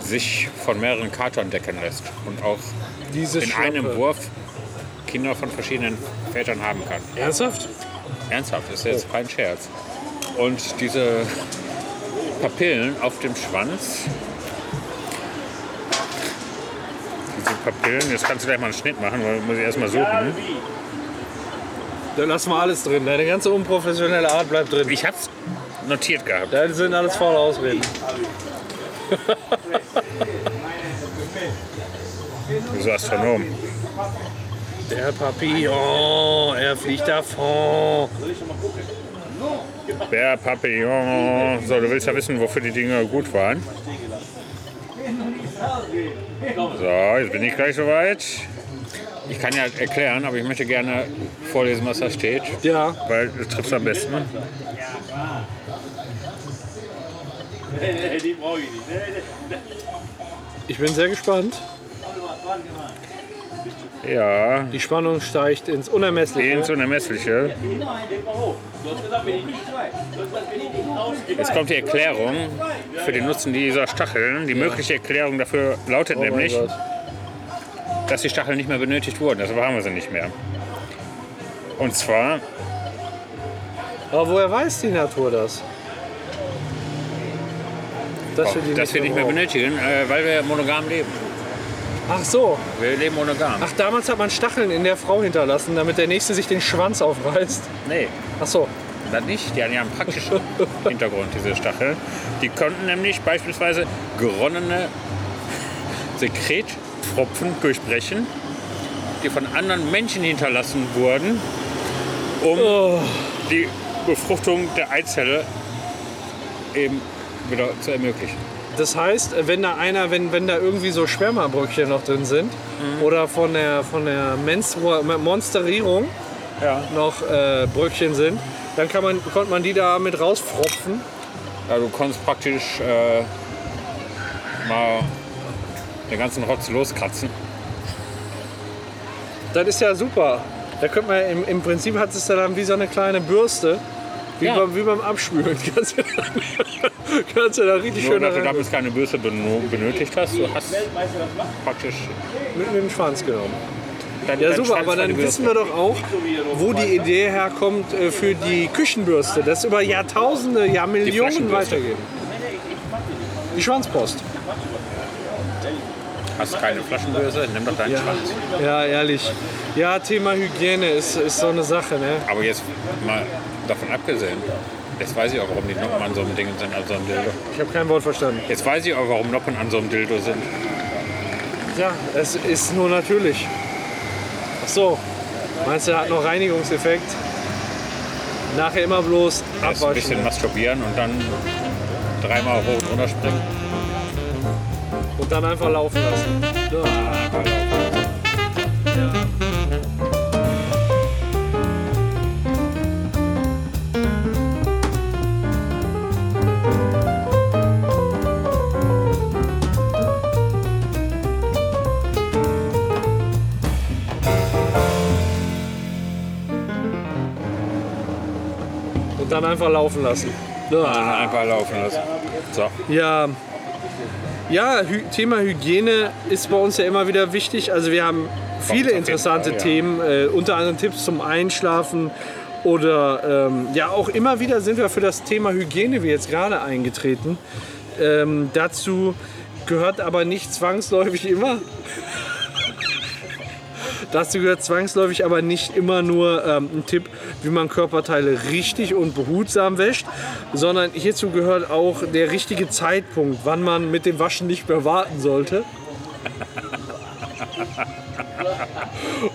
B: sich von mehreren Katern decken lässt und auch
A: Diese
B: in
A: Schlampe.
B: einem Wurf Kinder von verschiedenen Vätern haben kann.
A: Ernsthaft?
B: Ernsthaft, ist jetzt kein Scherz. Und diese Papillen auf dem Schwanz, diese Papillen, jetzt kannst du gleich mal einen Schnitt machen, weil muss ich erstmal suchen.
A: Dann lassen wir alles drin. Deine ganze unprofessionelle Art bleibt drin.
B: Ich hab's notiert gehabt.
A: Da sind alles faule Ausreden.
B: So Astronom.
A: Der Papillon, er fliegt davon.
B: Der Papillon. So, du willst ja wissen, wofür die Dinger gut waren. So, jetzt bin ich gleich soweit. Ich kann ja erklären, aber ich möchte gerne vorlesen, was da steht.
A: Ja,
B: Weil du triffst am besten.
C: Nee, die brauche ich nicht. Nee, nee.
A: ich bin sehr gespannt.
B: Ja,
A: Die Spannung steigt ins Unermessliche.
B: ins Unermessliche. Jetzt kommt die Erklärung für den Nutzen dieser Stacheln. Die mögliche Erklärung dafür lautet
A: Oh mein
B: nämlich,
A: Gott.
B: dass die Stacheln nicht mehr benötigt wurden. Deshalb haben wir sie nicht mehr. Und zwar
A: Aber woher weiß die Natur das? Dass wir die
B: dass wir nicht mehr
A: brauchen.
B: benötigen, äh, weil wir monogam leben.
A: Ach so.
B: Wir leben monogam.
A: Ach, damals hat man Stacheln in der Frau hinterlassen, damit der Nächste sich den Schwanz aufreißt.
B: nee,
A: Ach so.
B: das nicht. Die haben ja einen praktischen Hintergrund, diese Stacheln. Die konnten nämlich beispielsweise geronnene Sekretpfropfen durchbrechen, die von anderen Menschen hinterlassen wurden, um die Befruchtung der Eizelle eben wieder zu ermöglichen.
A: Das heißt, wenn da einer, wenn, wenn da irgendwie so Spermabröckchen noch drin sind
B: Mhm.
A: oder von der, von der Menstrua- Monsterierung
B: Ja.
A: noch äh, Bröckchen sind, dann kann man, konnte man die da mit rausfropfen.
B: Ja, Also du konntest praktisch äh, mal den ganzen Rotz loskratzen.
A: Das ist ja super. Da könnte man im, im Prinzip hat es ja dann wie so eine kleine Bürste, wie,
B: Ja.
A: beim, wie beim Abspülen. (laughs) Kannst du, kannst du da richtig
B: Nur,
A: schön da
B: dass du
A: rein,
B: damals keine Bürste benu- benötigt hast. Du hast praktisch
A: mit, mit dem Schwanz genommen.
B: dein,
A: Ja,
B: dein
A: super,
B: Schwanz
A: aber
B: war die
A: dann
B: Bürste.
A: wissen wir doch auch, wo die Idee herkommt äh, für die Küchenbürste. Das über Jahrtausende, Jahr Millionen
B: Flaschenbürste.
A: weitergeben. Die Schwanzpost.
B: Hast keine Flaschenbürste, nimm doch deinen
A: Ja,
B: Schwanz.
A: ja ehrlich. Ja, Thema Hygiene ist, ist so eine Sache, ne?
B: Aber jetzt mal davon abgesehen, jetzt weiß ich auch, warum die Noppen an so einem Ding sind, an so einem Dildo.
A: Ich habe kein Wort verstanden.
B: Jetzt weiß ich auch, warum Noppen an so einem Dildo sind.
A: Ja, es ist nur natürlich. Ach so, meinst du, hat noch Reinigungseffekt? Nachher immer bloß
B: Erst ein bisschen
A: abwaschen
B: masturbieren und dann dreimal hoch und runter springen.
A: und dann einfach laufen lassen. Ja. Und dann einfach laufen lassen. Ja.
B: Einfach laufen lassen. So.
A: Ja, ja Hy Thema Hygiene ist bei uns ja immer wieder wichtig. Also wir haben viele
B: auf jeden
A: interessante
B: Fall, ja.
A: Themen, äh, unter anderem Tipps zum Einschlafen oder ähm, ja auch immer wieder sind wir für das Thema Hygiene, wie jetzt gerade eingetreten. Ähm, dazu gehört aber nicht zwangsläufig immer. Dazu gehört zwangsläufig aber nicht immer nur ähm, ein Tipp, wie man Körperteile richtig und behutsam wäscht, sondern hierzu gehört auch der richtige Zeitpunkt, wann man mit dem Waschen nicht mehr warten sollte.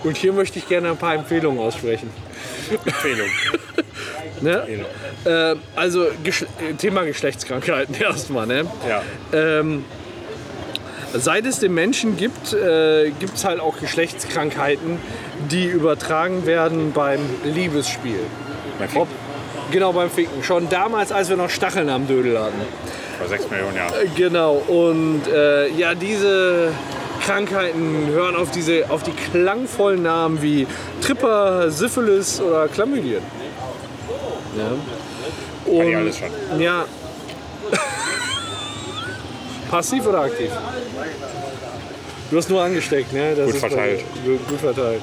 A: Und hier möchte ich gerne ein paar Empfehlungen aussprechen. (laughs)
B: Empfehlung.
A: Ne? Äh, also Geschle äh, Thema Geschlechtskrankheiten (laughs) erstmal. Ne?
B: Ja.
A: Ähm, seit es den Menschen gibt, äh, gibt es halt auch Geschlechtskrankheiten, die übertragen werden beim Liebesspiel.
B: Mein Fick
A: Ob, genau beim Ficken. Schon damals, als wir noch Stacheln am Dödel hatten.
B: vor 6 Millionen Jahren.
A: Genau, und äh, ja, diese Krankheiten hören auf, diese, auf die klangvollen Namen wie Tripper, Syphilis oder Chlamydien. Ja.
B: Hatte
A: Und-
B: ich alles schon.
A: ja. Passiv oder aktiv? Du hast nur angesteckt, ne? Das
B: Gut
A: bei dir.
B: verteilt.
A: Gu- Gut verteilt.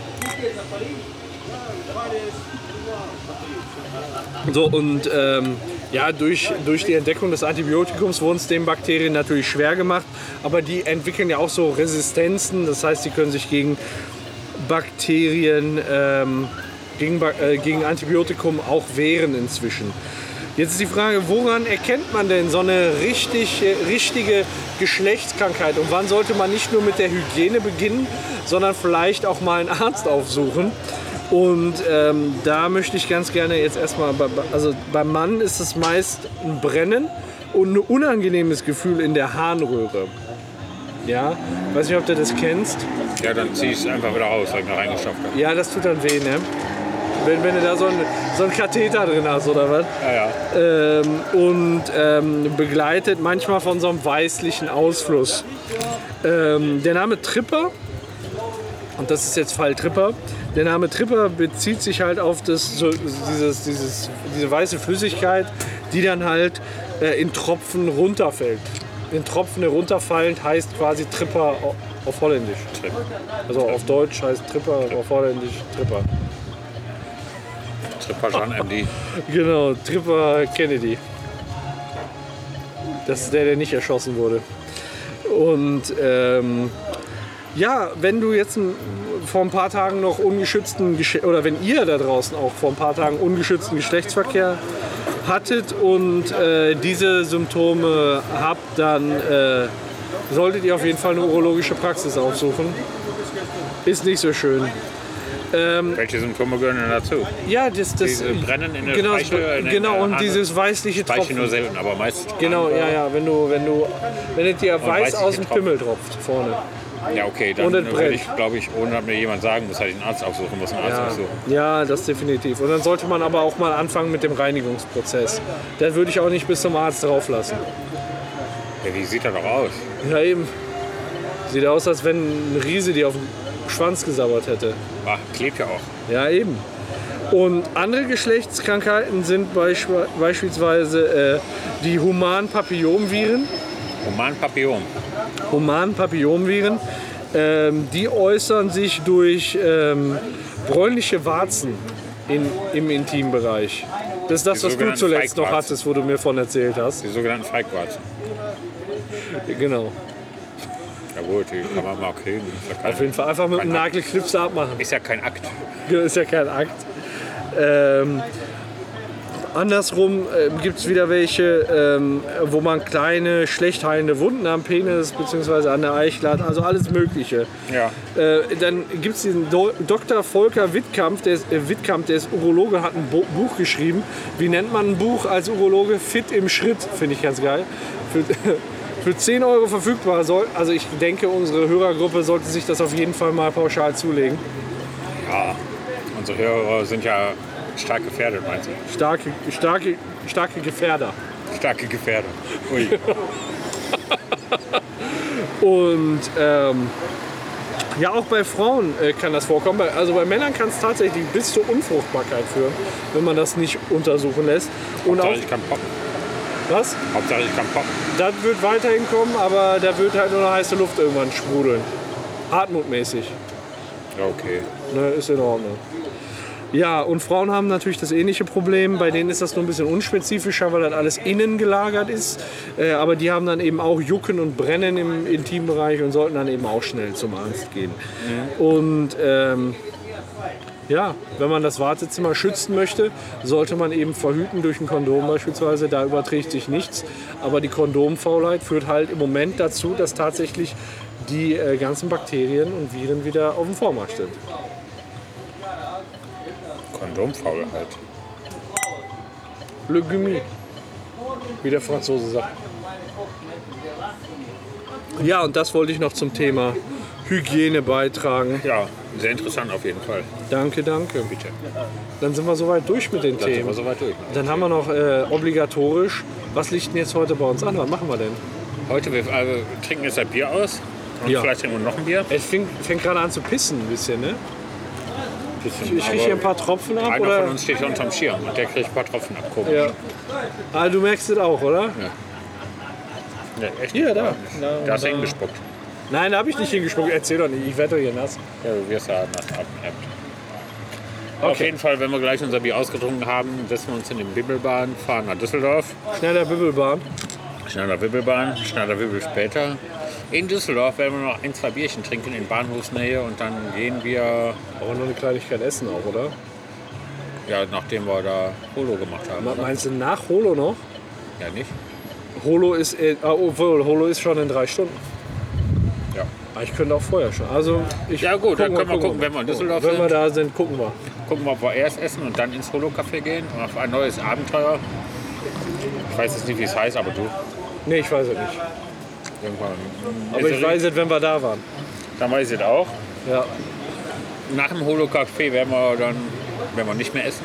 A: So, und ähm, ja, durch, durch die Entdeckung des Antibiotikums wurden es den Bakterien natürlich schwer gemacht, aber die entwickeln ja auch so Resistenzen, das heißt, die können sich gegen Bakterien, ähm, gegen, Bak- äh, gegen Antibiotikum auch wehren inzwischen. Jetzt ist die Frage, woran erkennt man denn so eine richtig, äh, richtige Geschlechtskrankheit? Und wann sollte man nicht nur mit der Hygiene beginnen, sondern vielleicht auch mal einen Arzt aufsuchen? Und ähm, da möchte ich ganz gerne jetzt erstmal, bei- bei- also beim Mann ist es meist ein Brennen und ein unangenehmes Gefühl in der Harnröhre. Ja, weiß nicht, ob du das kennst.
B: Ja, dann zieh ich es einfach wieder raus, weil ich noch reingeschafft habe.
A: Ja, das tut dann weh, ne? Wenn, wenn du da so einen, so einen Katheter drin hast oder was.
B: Ja, ja.
A: Ähm, und ähm, begleitet manchmal von so einem weißlichen Ausfluss. Ähm, der Name Tripper, und das ist jetzt Fall Tripper, der Name Tripper bezieht sich halt auf das, so, dieses, dieses, diese weiße Flüssigkeit, die dann halt äh, in Tropfen runterfällt. In Tropfen herunterfallend heißt quasi Tripper au- auf Holländisch.
B: Trip.
A: Also auf Deutsch heißt Tripper, auf Holländisch Tripper.
B: Trippajan MD.
A: Genau, Tripper Kennedy. Das ist der, der nicht erschossen wurde. Und ähm, ja, wenn du jetzt n- vor ein paar Tagen noch ungeschützten, Gesche- oder wenn ihr da draußen auch vor ein paar Tagen ungeschützten Geschlechtsverkehr hattet und äh, diese Symptome habt, dann äh, solltet ihr auf jeden Fall eine urologische Praxis aufsuchen. Ist nicht so schön.
B: Welche Symptome gehören denn dazu?
A: Ja, das, das
B: Diese Brennen in der
A: genau,
B: Speichel, in der
A: genau und
B: Hand.
A: dieses weißliche
B: Weiche
A: Tropfen.
B: nur selten, aber meistens.
A: Genau, ja, ja, wenn du, wenn du, wenn es dir weiß
B: weiß ich
A: aus dem
B: getropft.
A: Pimmel tropft vorne.
B: Ja, okay, dann
A: Und es
B: würde
A: brennt.
B: ich, glaube ich, ohne dass mir jemand sagen muss, hätte ich einen Arzt aufsuchen muss, einen Arzt
A: Ja.
B: aufsuchen.
A: ja, das definitiv. Und dann sollte man aber auch mal anfangen mit dem Reinigungsprozess. Da würde ich auch nicht bis zum Arzt drauflassen.
B: Ja, wie sieht er doch aus?
A: Ja, eben. Sieht aus, als wenn ein Riese dir auf den Schwanz gesabbert hätte.
B: Ah, klebt ja auch.
A: Ja, eben. Und andere Geschlechtskrankheiten sind beisp- beispielsweise äh, die humanen Papillomviren.
B: Human Papillom.
A: humanen Papillomviren. Ähm, die äußern sich durch ähm, bräunliche Warzen in, im Intimbereich. Das ist das,
B: Die
A: was du
B: sogenannten
A: zuletzt noch
B: Feigwarzen.
A: hattest, wo du mir von erzählt hast.
B: Die sogenannten Feigwarzen.
A: Genau.
B: Ja gut, die kann man mal kriegen. Ist ja
A: Auf jeden
B: kein,
A: Fall einfach mit einem
B: Kein
A: Nagelknipser abmachen. (laughs)
B: ist ja kein Akt.
A: Das ist ja kein Akt. Ähm, andersrum äh, gibt es wieder welche, ähm, wo man kleine, schlecht heilende Wunden am Penis bzw. an der Eichel hat. Also alles Mögliche.
B: Ja.
A: Äh, dann gibt es diesen Do Dr. Volker Wittkampf, der ist, äh, Wittkamp, der ist Urologe, hat ein Bo Buch geschrieben. Wie nennt man ein Buch als Urologe? Fit im Schritt, finde ich ganz geil. Für, (laughs) für 10 Euro verfügbar. Soll, also ich denke, unsere Hörergruppe sollte sich das auf jeden Fall mal pauschal zulegen.
B: ja. Unsere Hörer sind ja stark gefährdet, meinst du?
A: Starke, starke, starke Gefährder.
B: Starke Gefährdet.
A: (laughs)
B: Ui.
A: Und ähm, ja, auch bei Frauen äh, kann das vorkommen. Bei- Also bei Männern kann es tatsächlich bis zur Unfruchtbarkeit führen, wenn man das nicht untersuchen lässt. Und auch
B: Hauptsache ich kann poppen.
A: was?
B: Hauptsache ich kann poppen.
A: Das wird weiterhin kommen, aber da wird halt nur noch heiße Luft irgendwann sprudeln. Hartmutmäßig.
B: Ja, okay.
A: Ne, ist in Ordnung. Ja, und Frauen haben natürlich das ähnliche Problem. Bei denen ist das nur ein bisschen unspezifischer, weil das alles innen gelagert ist. Äh, aber die haben dann eben auch Jucken und Brennen im Intimbereich und sollten dann eben auch schnell zum Arzt gehen. Und ähm, ja, wenn man das Wartezimmer schützen möchte, sollte man eben verhüten durch ein Kondom beispielsweise. Da überträgt sich nichts. Aber die Kondomfaulheit führt halt im Moment dazu, dass tatsächlich die äh, ganzen Bakterien und Viren wieder auf dem Vormarsch sind.
B: halt. Kondomfaulheit.
A: Le Gummi, wie der Franzose sagt. Ja, und das wollte ich noch zum Thema Hygiene beitragen.
B: Ja, sehr interessant auf jeden Fall.
A: Danke, danke.
B: Bitte.
A: Dann sind wir soweit durch mit den
B: Dann sind wir
A: Themen.
B: soweit durch.
A: Dann haben wir noch äh, obligatorisch, was liegt denn jetzt heute bei uns an? Was machen wir denn?
B: Heute, wir äh, trinken jetzt ein Bier aus. Und
A: Ja.
B: vielleicht trinken wir noch ein Bier.
A: Es fängt, fängt gerade an zu pissen ein bisschen, ne?
B: Bisschen,
A: Ich kriege hier ein paar Tropfen ab,
B: Einer von
A: oder?
B: uns steht unterm Schirm und der kriegt ein paar Tropfen ab. Komisch.
A: Ja. Ah, du merkst es auch, oder?
B: Nee, echt?
A: Ja, da.
B: Da hast du hingespuckt.
A: Nein, da habe ich nicht hingesprungen. Erzähl doch nicht, ich werde doch hier nass.
B: Ja, du wirst ja nass abgenerbt. Auf jeden Fall, wenn wir gleich unser Bier ausgetrunken haben, setzen wir uns in den Bibbelbahn, fahren nach Düsseldorf.
A: Schneller Bibbelbahn.
B: Schneller Bibbelbahn, schneller Bibbel später. In Düsseldorf werden wir noch ein, zwei Bierchen trinken in Bahnhofsnähe und dann gehen wir,
A: Aber nur eine Kleinigkeit essen auch, oder?
B: ja, nachdem wir da Polo gemacht haben.
A: Me- Meinst du nach Holo noch?
B: Ja, nicht?
A: Holo ist, in, ah, obwohl, Holo ist schon in drei Stunden.
B: Ja.
A: Aber ich könnte auch vorher schon. Also ich
B: Ja, gut, dann können wir gucken, wenn wir in Düsseldorf
A: Wenn wir
B: sind.
A: da sind, gucken wir.
B: Gucken wir, ob wir erst essen und dann ins Holo-Café gehen. Auf ein neues Abenteuer. Ich weiß jetzt nicht, wie es heißt, aber du,
A: Nee, ich weiß es nicht.
B: irgendwann.
A: Aber ich weiß es, wenn wir da waren.
B: Dann weiß ich es auch.
A: Ja.
B: Nach dem Holo-Café werden wir dann, wenn wir nicht mehr essen,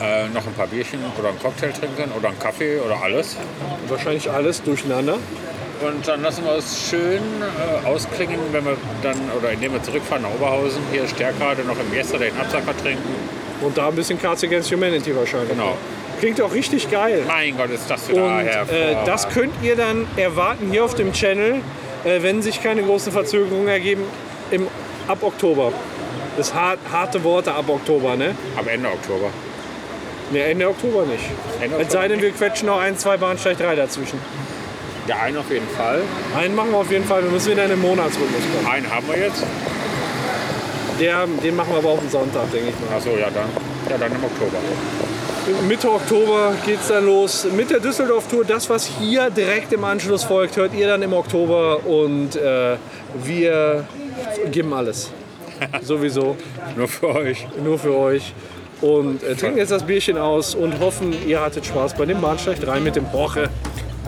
B: äh, noch ein paar Bierchen oder einen Cocktail trinken oder einen Kaffee oder alles.
A: Wahrscheinlich alles durcheinander.
B: Und dann lassen wir es schön äh, ausklingen, wenn wir dann, oder indem wir zurückfahren nach Oberhausen, hier Stärkrade noch im Yesterday den Absacker trinken.
A: Und da ein bisschen Cards Against Humanity wahrscheinlich.
B: Genau.
A: Klingt auch richtig geil.
B: Mein Gott, ist das
A: Und
B: wieder
A: äh,
B: hervorragend.
A: das könnt ihr dann erwarten hier auf dem Channel, äh, wenn sich keine großen Verzögerungen ergeben, im, ab Oktober. Das hart, harte Worte ab Oktober, ne?
B: Am Ende Oktober.
A: Ne, Ende Oktober nicht.
B: Ende
A: Es sei
B: Oktober.
A: denn, wir quetschen noch ein, zwei Bahnsteig drei dazwischen.
B: Der einen auf jeden Fall.
A: Einen machen wir auf jeden Fall, wir müssen wieder in den Monatsrhythmus kommen.
B: Einen haben wir jetzt.
A: Der, den machen wir aber auf den Sonntag, denke ich mal.
B: Achso, ja dann. Ja, dann im Oktober.
A: Mitte Oktober geht's dann los mit der Düsseldorf-Tour. Das, was hier direkt im Anschluss folgt, hört ihr dann im Oktober und äh, wir geben (laughs) alles. Sowieso.
B: Nur für euch.
A: nur für euch. Und äh, trinken jetzt das Bierchen aus und hoffen, ihr hattet Spaß bei dem Bahnsteig 3 mit dem Horche.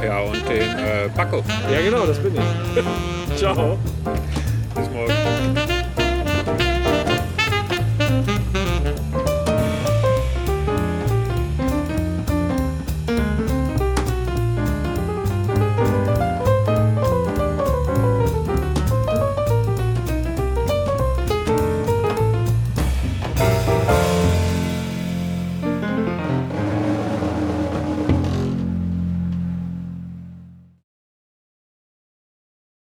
B: Ja, und den äh, Paco.
A: Ja, genau, das bin ich. (laughs) Ciao.
B: Bis morgen.